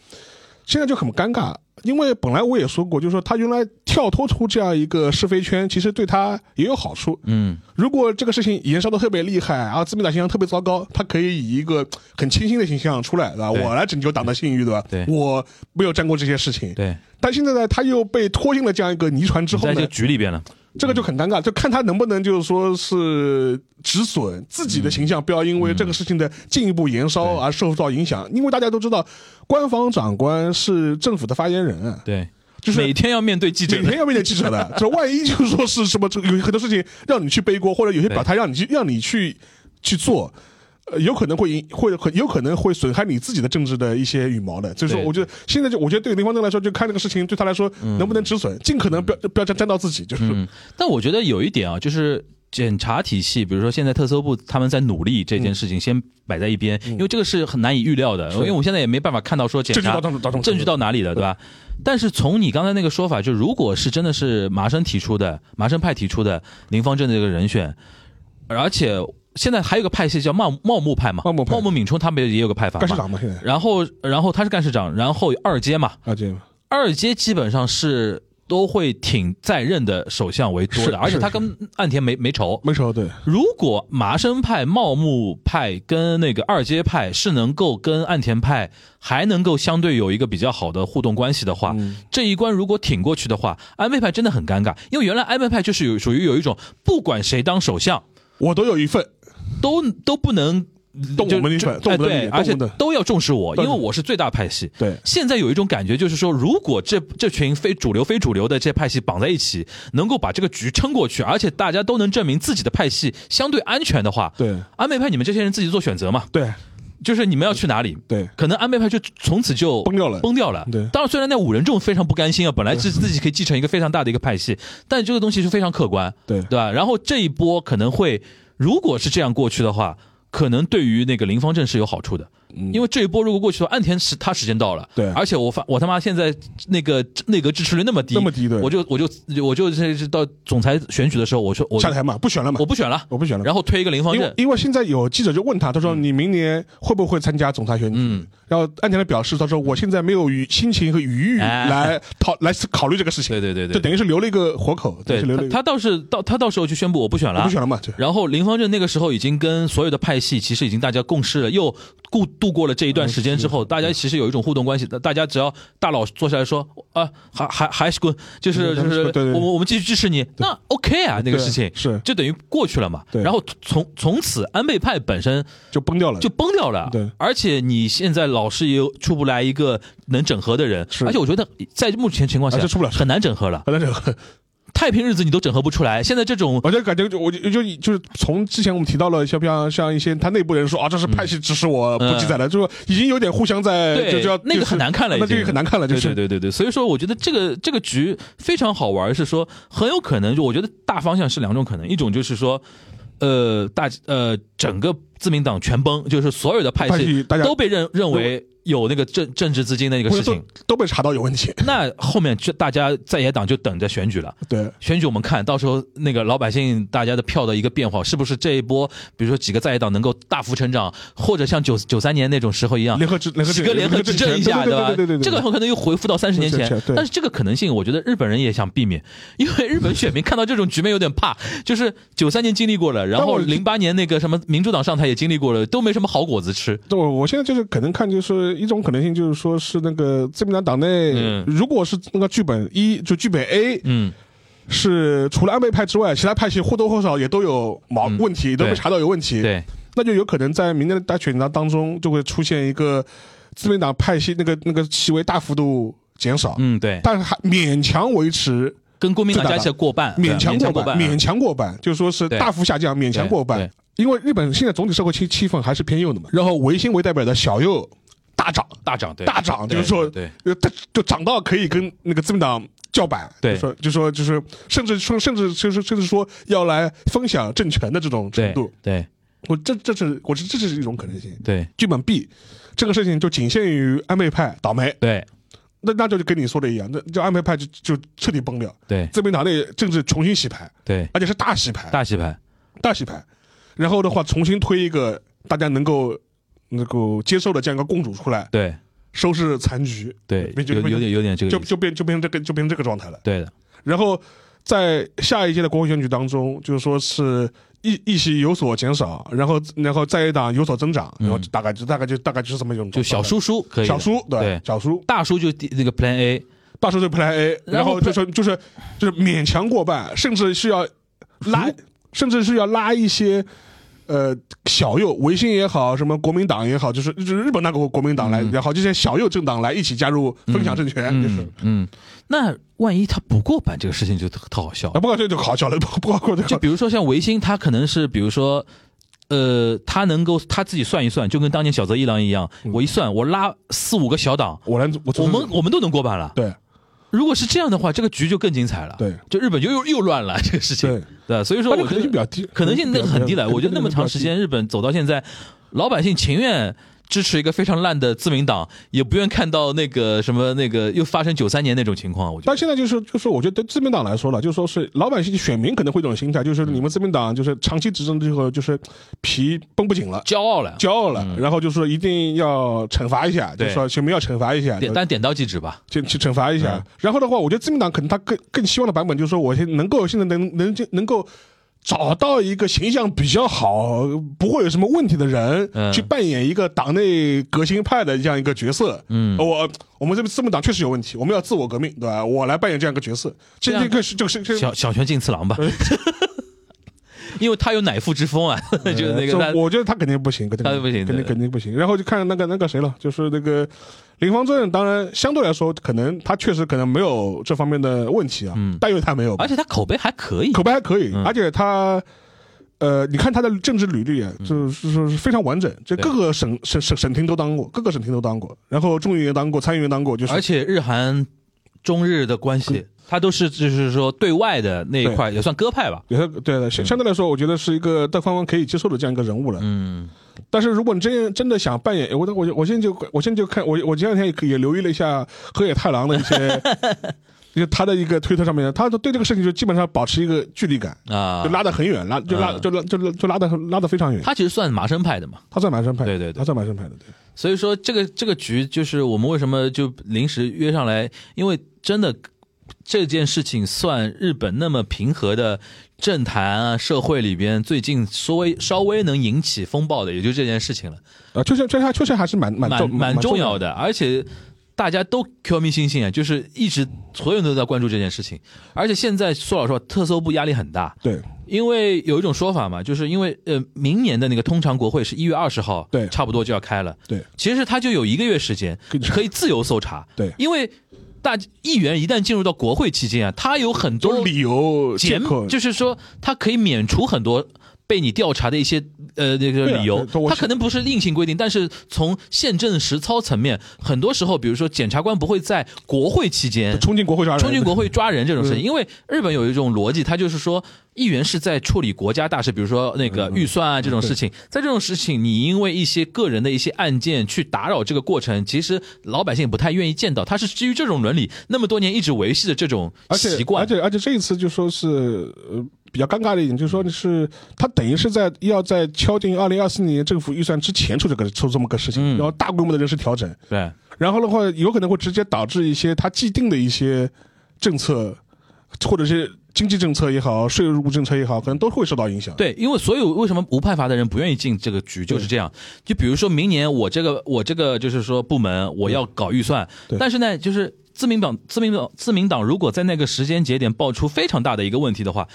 现在就很尴尬，因为本来我也说过，就是说他原来跳脱出这样一个是非圈，其实对他也有好处。
嗯
如果这个事情延烧的特别厉害，啊，自民党形象特别糟糕，他可以以一个很清新的形象出来，对吧？
对
我来拯救党的信誉，对吧？
对
我没有沾过这些事情，
对，
但现在呢，他又被拖进了这样一个泥船之后
在这
呢
个，局里边了。
这个就很尴
嗯
尬，就看他能不能就是说是止损自己的形象，不要因为这个事情的进一步延烧而受到影
嗯
响。因为大家都知道，官方长官是政府的发言人，
对，
就是
每天要面对记者
每
的
天要面对记 者的，这万一就是说是什么，这个有很多事情让你去背锅，或者有些表态让你去让你去去做。呃，有可能会影，会很有可能会损害你自己的政治的一些羽毛的，所以说，
对
我觉得现在就我觉得对林方正来说，就看这个事情对他来说能不能止损，尽可能不要不要沾沾到自己，就是
嗯，但我觉得有一点啊，就是检察体系，比如说现在特搜部他们在努力这件事
嗯
情，先摆在一边，因为这个是很难以预料的，因为我们现在也没办法看到说检
证据
察
到到到
证据到哪里了，对吧？但是从你刚才那个说法，就如果是真的是麻生提出的，麻生派提出的林方正的这个人选，而且现在还有个派系叫茂茂木派嘛，
茂木派
敏充他们也有个派阀
干事
嘛，
长嘛，现在
然后然后他是干事长，然后二阶嘛，
啊，这样
二阶基本上是都会挺在任的首相为多
是
的，而且他
是
跟岸田没没仇。
没错，对，
如果麻生派、茂木派跟那个二阶派是能够跟岸田派还能够相对有一个比较好的互动关系的话，嗯这一关如果挺过去的话，安倍派真的很尴尬，因为原来安倍派就是有属于有一种不管谁当首相
我都有一份，
都都不能。
动
就
我们的一
就
份动
哎
我们的
对，
一份
而且
动我们的
都要重视我，因
对
为我是最大派系。
对
现在有一种感觉，就是说，如果这这群非主流、非主流的这些派系绑在一起，能够把这个局撑过去，而且大家都能证明自己的派系相对安全的话，
对
安倍派你们这些人自己做选择嘛，
对
就是你们要去哪里。
对
可能安倍派就从此就
崩掉了
崩掉了。
对
当然，虽然那五人众非常不甘心啊，本来是自己可以继承一个非常大的一个派系，但这个东西是非常客观，
对
对吧？然后这一波可能会，如果是这样过去的话，可能对于那个林方正是有好处的，因为这一波如果过去的话，岸田时他时间到了，
嗯对
而且我发我他妈现在那个内阁支持率那么低，
那么低对
我就我就我就这这到总裁选举的时候，我说我
下台嘛，不选了嘛
我，不选了，
我不选了
然后推一个林方
因
正
为，因为现在有记者就问他，他
嗯
说你明年会不会参加总裁选举？然后岸田的表示，他说我现在没有余心情和余裕
哎
来讨来考虑这个事
对
情，
对对
就
对。
等于是留了一个活口，等
对
于是留了一个
他，他倒是到他到时候就宣布我不选了，
我不选了嘛，对
然后林方正那个时候已经跟所有的派系其实已经大家共事了，又过度过了这一段时间之后，大家
嗯
其实有一种互动关系。大家只要大佬坐下来说啊，还还还是滚，就是
对
就
对
是
对对对
我们我们继续支持你，那 OK 啊，那个
对
事情
是
就等于过去了嘛。
对
然后从从此安倍派本身
就崩掉了，
就崩掉了。
对
而且你现在老是也出不来一个能整合的人，
是
而且我觉得在目前情况下
啊这出不了
很难整合了。
反正是。
太平日子你都整合不出来，现在这种
我就感觉就我就就就是从之前我们提到了像像像一些他内部人说啊这是派系支持我不记载了，就是已经有点互相在
对
哎就就要
嗯那个
就是
很难看了已
那
经
这个很难看了，就
对对
是
对对对，所以说我觉得这个这个局非常好玩，是说很有可能，就我觉得大方向是两种可能，一种就是说，呃，大呃整个自民党全崩，就是所有的派
派
系
系大家
都被认认为有那个政政治资金的一个
或
事
者说
情，
都被查到有问题，
那后面就大家在野党就等着选举了。
对，
选举我们看到时候那个老百姓大家的票的一个变化，是不是这一波，比如说几个在野党能够大幅成长，或者像九九三年那种时候一样，
联合执联合
啊几
执
个联合执政一下，
对
吧？
对对对对，
这个很可能又回复到三十年前
是是是，对
但是这个可能性，我觉得日本人也想避免，因为日本选民看到这种局面有点怕，就是九三年经历过了，然
但
后
我
零八年那个什么民主党上台也经历过了，都没什么好果子吃。
对，我我现在就是可能看，就是一种可能性，就是说是那个自民党党内，
嗯
如果是那个剧本一，就剧本 A
嗯，
是除了安倍派之外，其他派系或多或少也都有毛
嗯
问题，都被
对
查到有问题，，
对，
那就有可能在明年的大选当当中就会出现一个自民党派系那个那个席位大幅度减少，
嗯，对，
但是还勉强维持，
跟国民党
最大
加
的
起来过半，对啊
勉强
强
过
过
半，勉强过半，就是说是
对
大幅下降，勉强过
对
半。因为日本现在总体社会气气氛还是偏右的嘛，然后维新为代表的小右大涨，
大涨，对，
大涨，
对
就是说，
对，
呃，它就涨到可以跟那个自民党叫板，
对
就说就说就是，甚至说甚至就是甚至说要来分享政权的这种程
对
度，，
对，
我这这是我这这是一种可能性。
对，
剧本 B，这个事情就仅限于安倍派倒霉，
对，
那那就跟你说的一样，那就安倍派就就彻底崩掉，
对，
自民党内政治重新洗牌，
对，
而且是大洗牌，
大洗牌，
大洗牌，然后的话重新推一个大家能够能够接受的这样一个共主出来，
对，
收拾残局，
对，
没就
有有点有点这个
就
意思，
就变就变成这个就变成这个状态了。
对的，
然后在下一届的国会选举当中，就是说是议议席有所减少，然后然后在野党有所增长，然后就大概就大概就大概就是这么一种
嗯就小叔
状
叔可
态
以，
小，叔
对
对小叔
大叔就第那个 Plan A，
大叔对 Plan A，
然
然
后
后就说就是就是勉强过半，甚至是要拉
嗯
甚至是要拉一些。呃，小右维新也好，什么国民党也好，就是就是日本那个国民党来，然后这些小右政党来一起加入分享政权，就是
嗯嗯，那万一他不过半，这个事情就特特好笑
啊，，不过这就好笑了，不 不过这个
就比如说像维新，他可能是比如说。呃，他能够他自己算一算，就跟当年小泽一郎一样，我一算，我拉四五个小党，
我来嗯我
我们我们都能过半了。
对
如果是这样的话，这个局就更精彩了。
对，
就日本就 又又乱了这个事情。
对
对，啊所以说
那
我
就可
觉
能性比
得
较低，
可能性那个很低了。
可能性
我觉得那么长时间，日本走到现在，老百姓情愿支持一个非常烂的自民党，也不愿看到那个什么那个又发生九三年那种情况。我觉
但
得，
现在就是就是，我觉得对自民党来说了，就是说是老百姓选民可能会有一种心态，就是你们自民党就是长期执政之后，就是皮绷不紧了，
骄傲了，
骄傲了，然后就说一定要惩罚一下，
嗯
就
对
说选民要惩罚一下，
点
就
但点嗯到即止吧。
去去惩罚一下。然后的话，我觉得自民党可能他更更希望的版本就是说，我现能够现在能能能够。找到一个形象比较好、不会有什么问题的人，
嗯
去扮演一个党内革新派的这样一个角色。
嗯
呃我我们这个自民党确实有问题，我们要自我革命，对吧？我来扮演这样一个角色，这
这样
这个是这个是这个
小小泉进次郎吧， 因为他有乃父之风 啊， 就是那
这
个他
我觉得他肯定不行，肯定
他不行
肯
对
定肯定不行。然后就看那个那个谁了，就是那个林方正，当然相对来说，可能他确实可能没有这方面的问题啊，但愿他没有
嗯
吧
而。且他嗯口碑还可以，
口碑还可以，而且他。呃，你看他的政治履历啊，
嗯
就是说是非常完整，就各个省省省省厅都当过，各个省厅都当过，然后众议员当过，参议员当过，就是嗯
而且日韩、中日的关系，他都是就是说对外的那一块也算鸽派吧。
也是对的，
嗯
相相对来说，我觉得是一个大方方可以接受的这样一个人物了。嗯，但是如果你真真的想扮演，我我我现在就我现在就看我我前两天也也留意了一下河野太郎的 一些，就他的一个推特上面，他对这个事情就基本上保持一个距离感，
啊
就，拉得很远，拉就拉
嗯
就拉就拉就拉得很拉得非常远。
他其实算麻生派的嘛，
他算蛮生派的，
对对对
他算蛮生派的，对。
所以说这个这个局就是我们为什么就临时约上来，因为真的这件事情算日本那么平和的政坛啊社会里边最近稍微稍微能引起风暴的，也就这件事情了。
啊，确实确实确实还是蛮蛮
蛮
重蛮
重要
的。
的，而且大家都 Q 明星星啊，就是一直所有人都在关注这件事情，而且现在说老实话，特搜部压力很大，
对
因为有一种说法嘛，就是因为呃，明年的那个通常国会是一月二十号，
对
差不多就要开了，
对，
其实它就有一个月时间
可以
可以自由搜查，
对
因为大议员一旦进入到国会期间啊，他有很多
理由借
减
口，
就是说他可以免除很多被你调查的一些呃那
对
个
啊
理由
对我，
他
是
可能不是硬性规定，但是从宪政实操层面，很多时候，比如说检察官不会在国会期间。
冲进国会抓人，嗯
冲进国会抓人这种事情，因为日本有一种逻辑，它就是说，议员是在处理国家大事，比如说那个
嗯
预算啊这种事情，在这种事情，你因为一些个人的一些案件去打扰这个过程，其实老百姓不太愿意见到，他是基于这种伦理，那么多年一直维系的这种
而且
习惯，
而且而且这一次就说是呃比较尴尬的一点，就是
嗯
说是他等于是在要在敲定二零二四年政府预算之前出这个出这么个事情，
嗯
然后大规模的人事调整，
对，
然后的话有可能会直接导致一些他既定的一些政策，或者是经济政策也好，税务政策也好，可能都会受到影响。
对，因为所有为什么无派阀的人不愿意进这个局就是这样。就比如说明年我这个我这个就是说部门我要搞预算，
对
但是呢，就是自民党自民党自民党如果在那个时间节点爆出非常大的一个问题的话。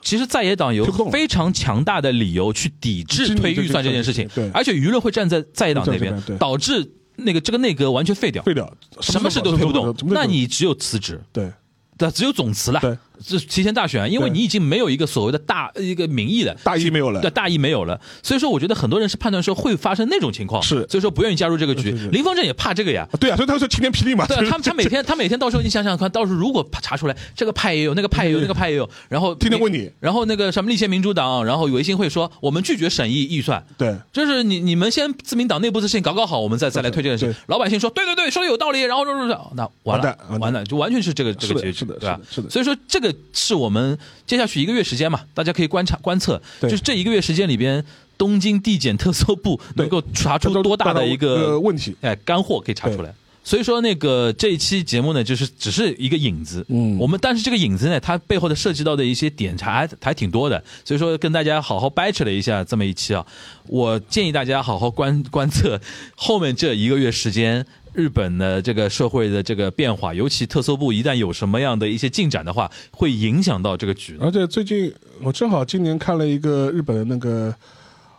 其实在野党有
推不动了
非常强大的理由去抵
抵
制
制你
推
这
预算这件
这件
事
事
情
情对，
而且舆论会站在在野党那
站这
边
边，对
导致那个这个内阁完全废掉，
废掉，
什么事都推不动
什，么都
那你只有辞职。
对
对，只有总辞了
对，
这提前大选，因为
对
你已经没有一个所谓的大呃一个民意了，
大义没有了
对，大义没有了。所以说，我觉得很多人是判断说会发生那种情况，
是
所以说不愿意加入这个局。
是是
林方正也怕这个呀。
对啊，所以他们说晴天霹雳嘛，
对啊
就是
他们，他每天，他每天到时候你想想看，到时候如果查出来这个派也有，那个派也有，那个派也有，然后
天天问你，
然后那个什么立宪民主党，然后维新会说我们拒绝审议预算，
对
就是你你们先自民党内部的事情搞搞好，我们再再来推这件事
对
情。老百姓说对对对，说的有道理，然后说说说，那完
完
了
蛋完蛋
完了，就完全是这个这
是
个
的
结局，
是的
对吧？
是的是的
所以说这个是我们接下去一个月时间嘛，大家可以观察观测，就
对
是这一个月时间里边，东京地检特搜部
对
能够查
这
出
都
多大的一个
呃问题？
哎干货可以查出来。所以说，那个这一期节目呢，就是只是一个影子。嗯，我们但是这个影子呢，它背后的涉及到的一些点还还挺多的，所以说跟大家好好掰扯了一下这么一期啊。我建议大家好好观观测后面这一个月时间。日本的这个社会的这个变化，尤其特搜部一旦有什么样的一些进展的话，会影响到这个局的。
而且最近我正好今年看了一个日本的那个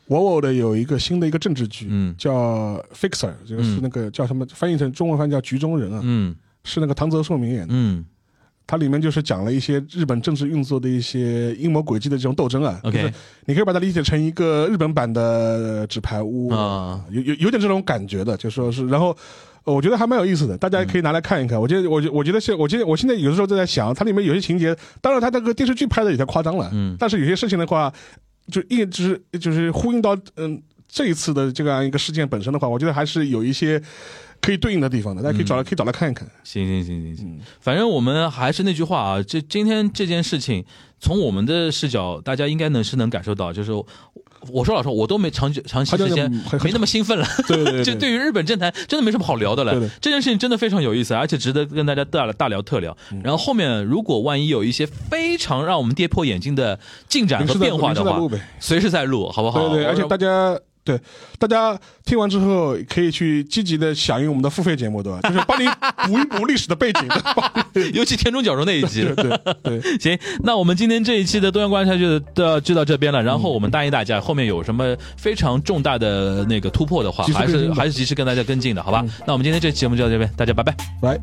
WoW 的有一个新的一个政治剧，
嗯
叫 Fixer，就是那个叫什么翻译成中文翻译叫局中人啊，
嗯
是那个唐泽寿明演的。
嗯
它里面就是讲了一些日本政治运作的一些阴谋诡计的这种斗争啊。
OK
就是你可以把它理解成一个日本版的纸牌屋
啊
有有有点这种感觉的，就说是，然后。呃我觉得还蛮有意思的，大家也可以拿来看一看。我觉得，我觉我觉得现我现在我现在有的时候都在想，它里面有些情节，当然它这个电视剧拍的有些夸张了，
嗯
但是有些事情的话，就一直就是呼应到嗯这一次的这样一个事件本身的话，我觉得还是有一些可以对应的地方的，大家可以找
嗯
来、可以找来看一看。
行行行行
嗯
行，反正我们还是那句话啊，这今天这件事情，从我们的视角，大家应该能是能感受到，就是我我说老实话，我都没长久长期
好像
时间
嗯很很
没那么兴奋了。
对对 对
就对于日本政坛真的没什么好聊的了。
对的
这件事情真的非常有意思，而且值得跟大家大大聊特聊。
嗯
然后后面如果万一有一些非常让我们跌破眼镜的进展啊和
临时的
变化
临时
的
的
话
路呗，
随时再录，好不好？
对对，而且
我
大家对大家听完之后，可以去积极的响应我们的付费节目，对吧？就是帮你补一补历史的背景，
尤其田中角荣那一集，
对对对，
行，那我们今天这一期的东阳观察就到就到这边了。然
嗯
后我们答应大家，后面有什么非常重大的那个突破的话，
及时
还
更
是
新吧嗯
还是及时跟大家跟进的，好吧？那我们今天这期节目就到这边，大家拜拜。
来。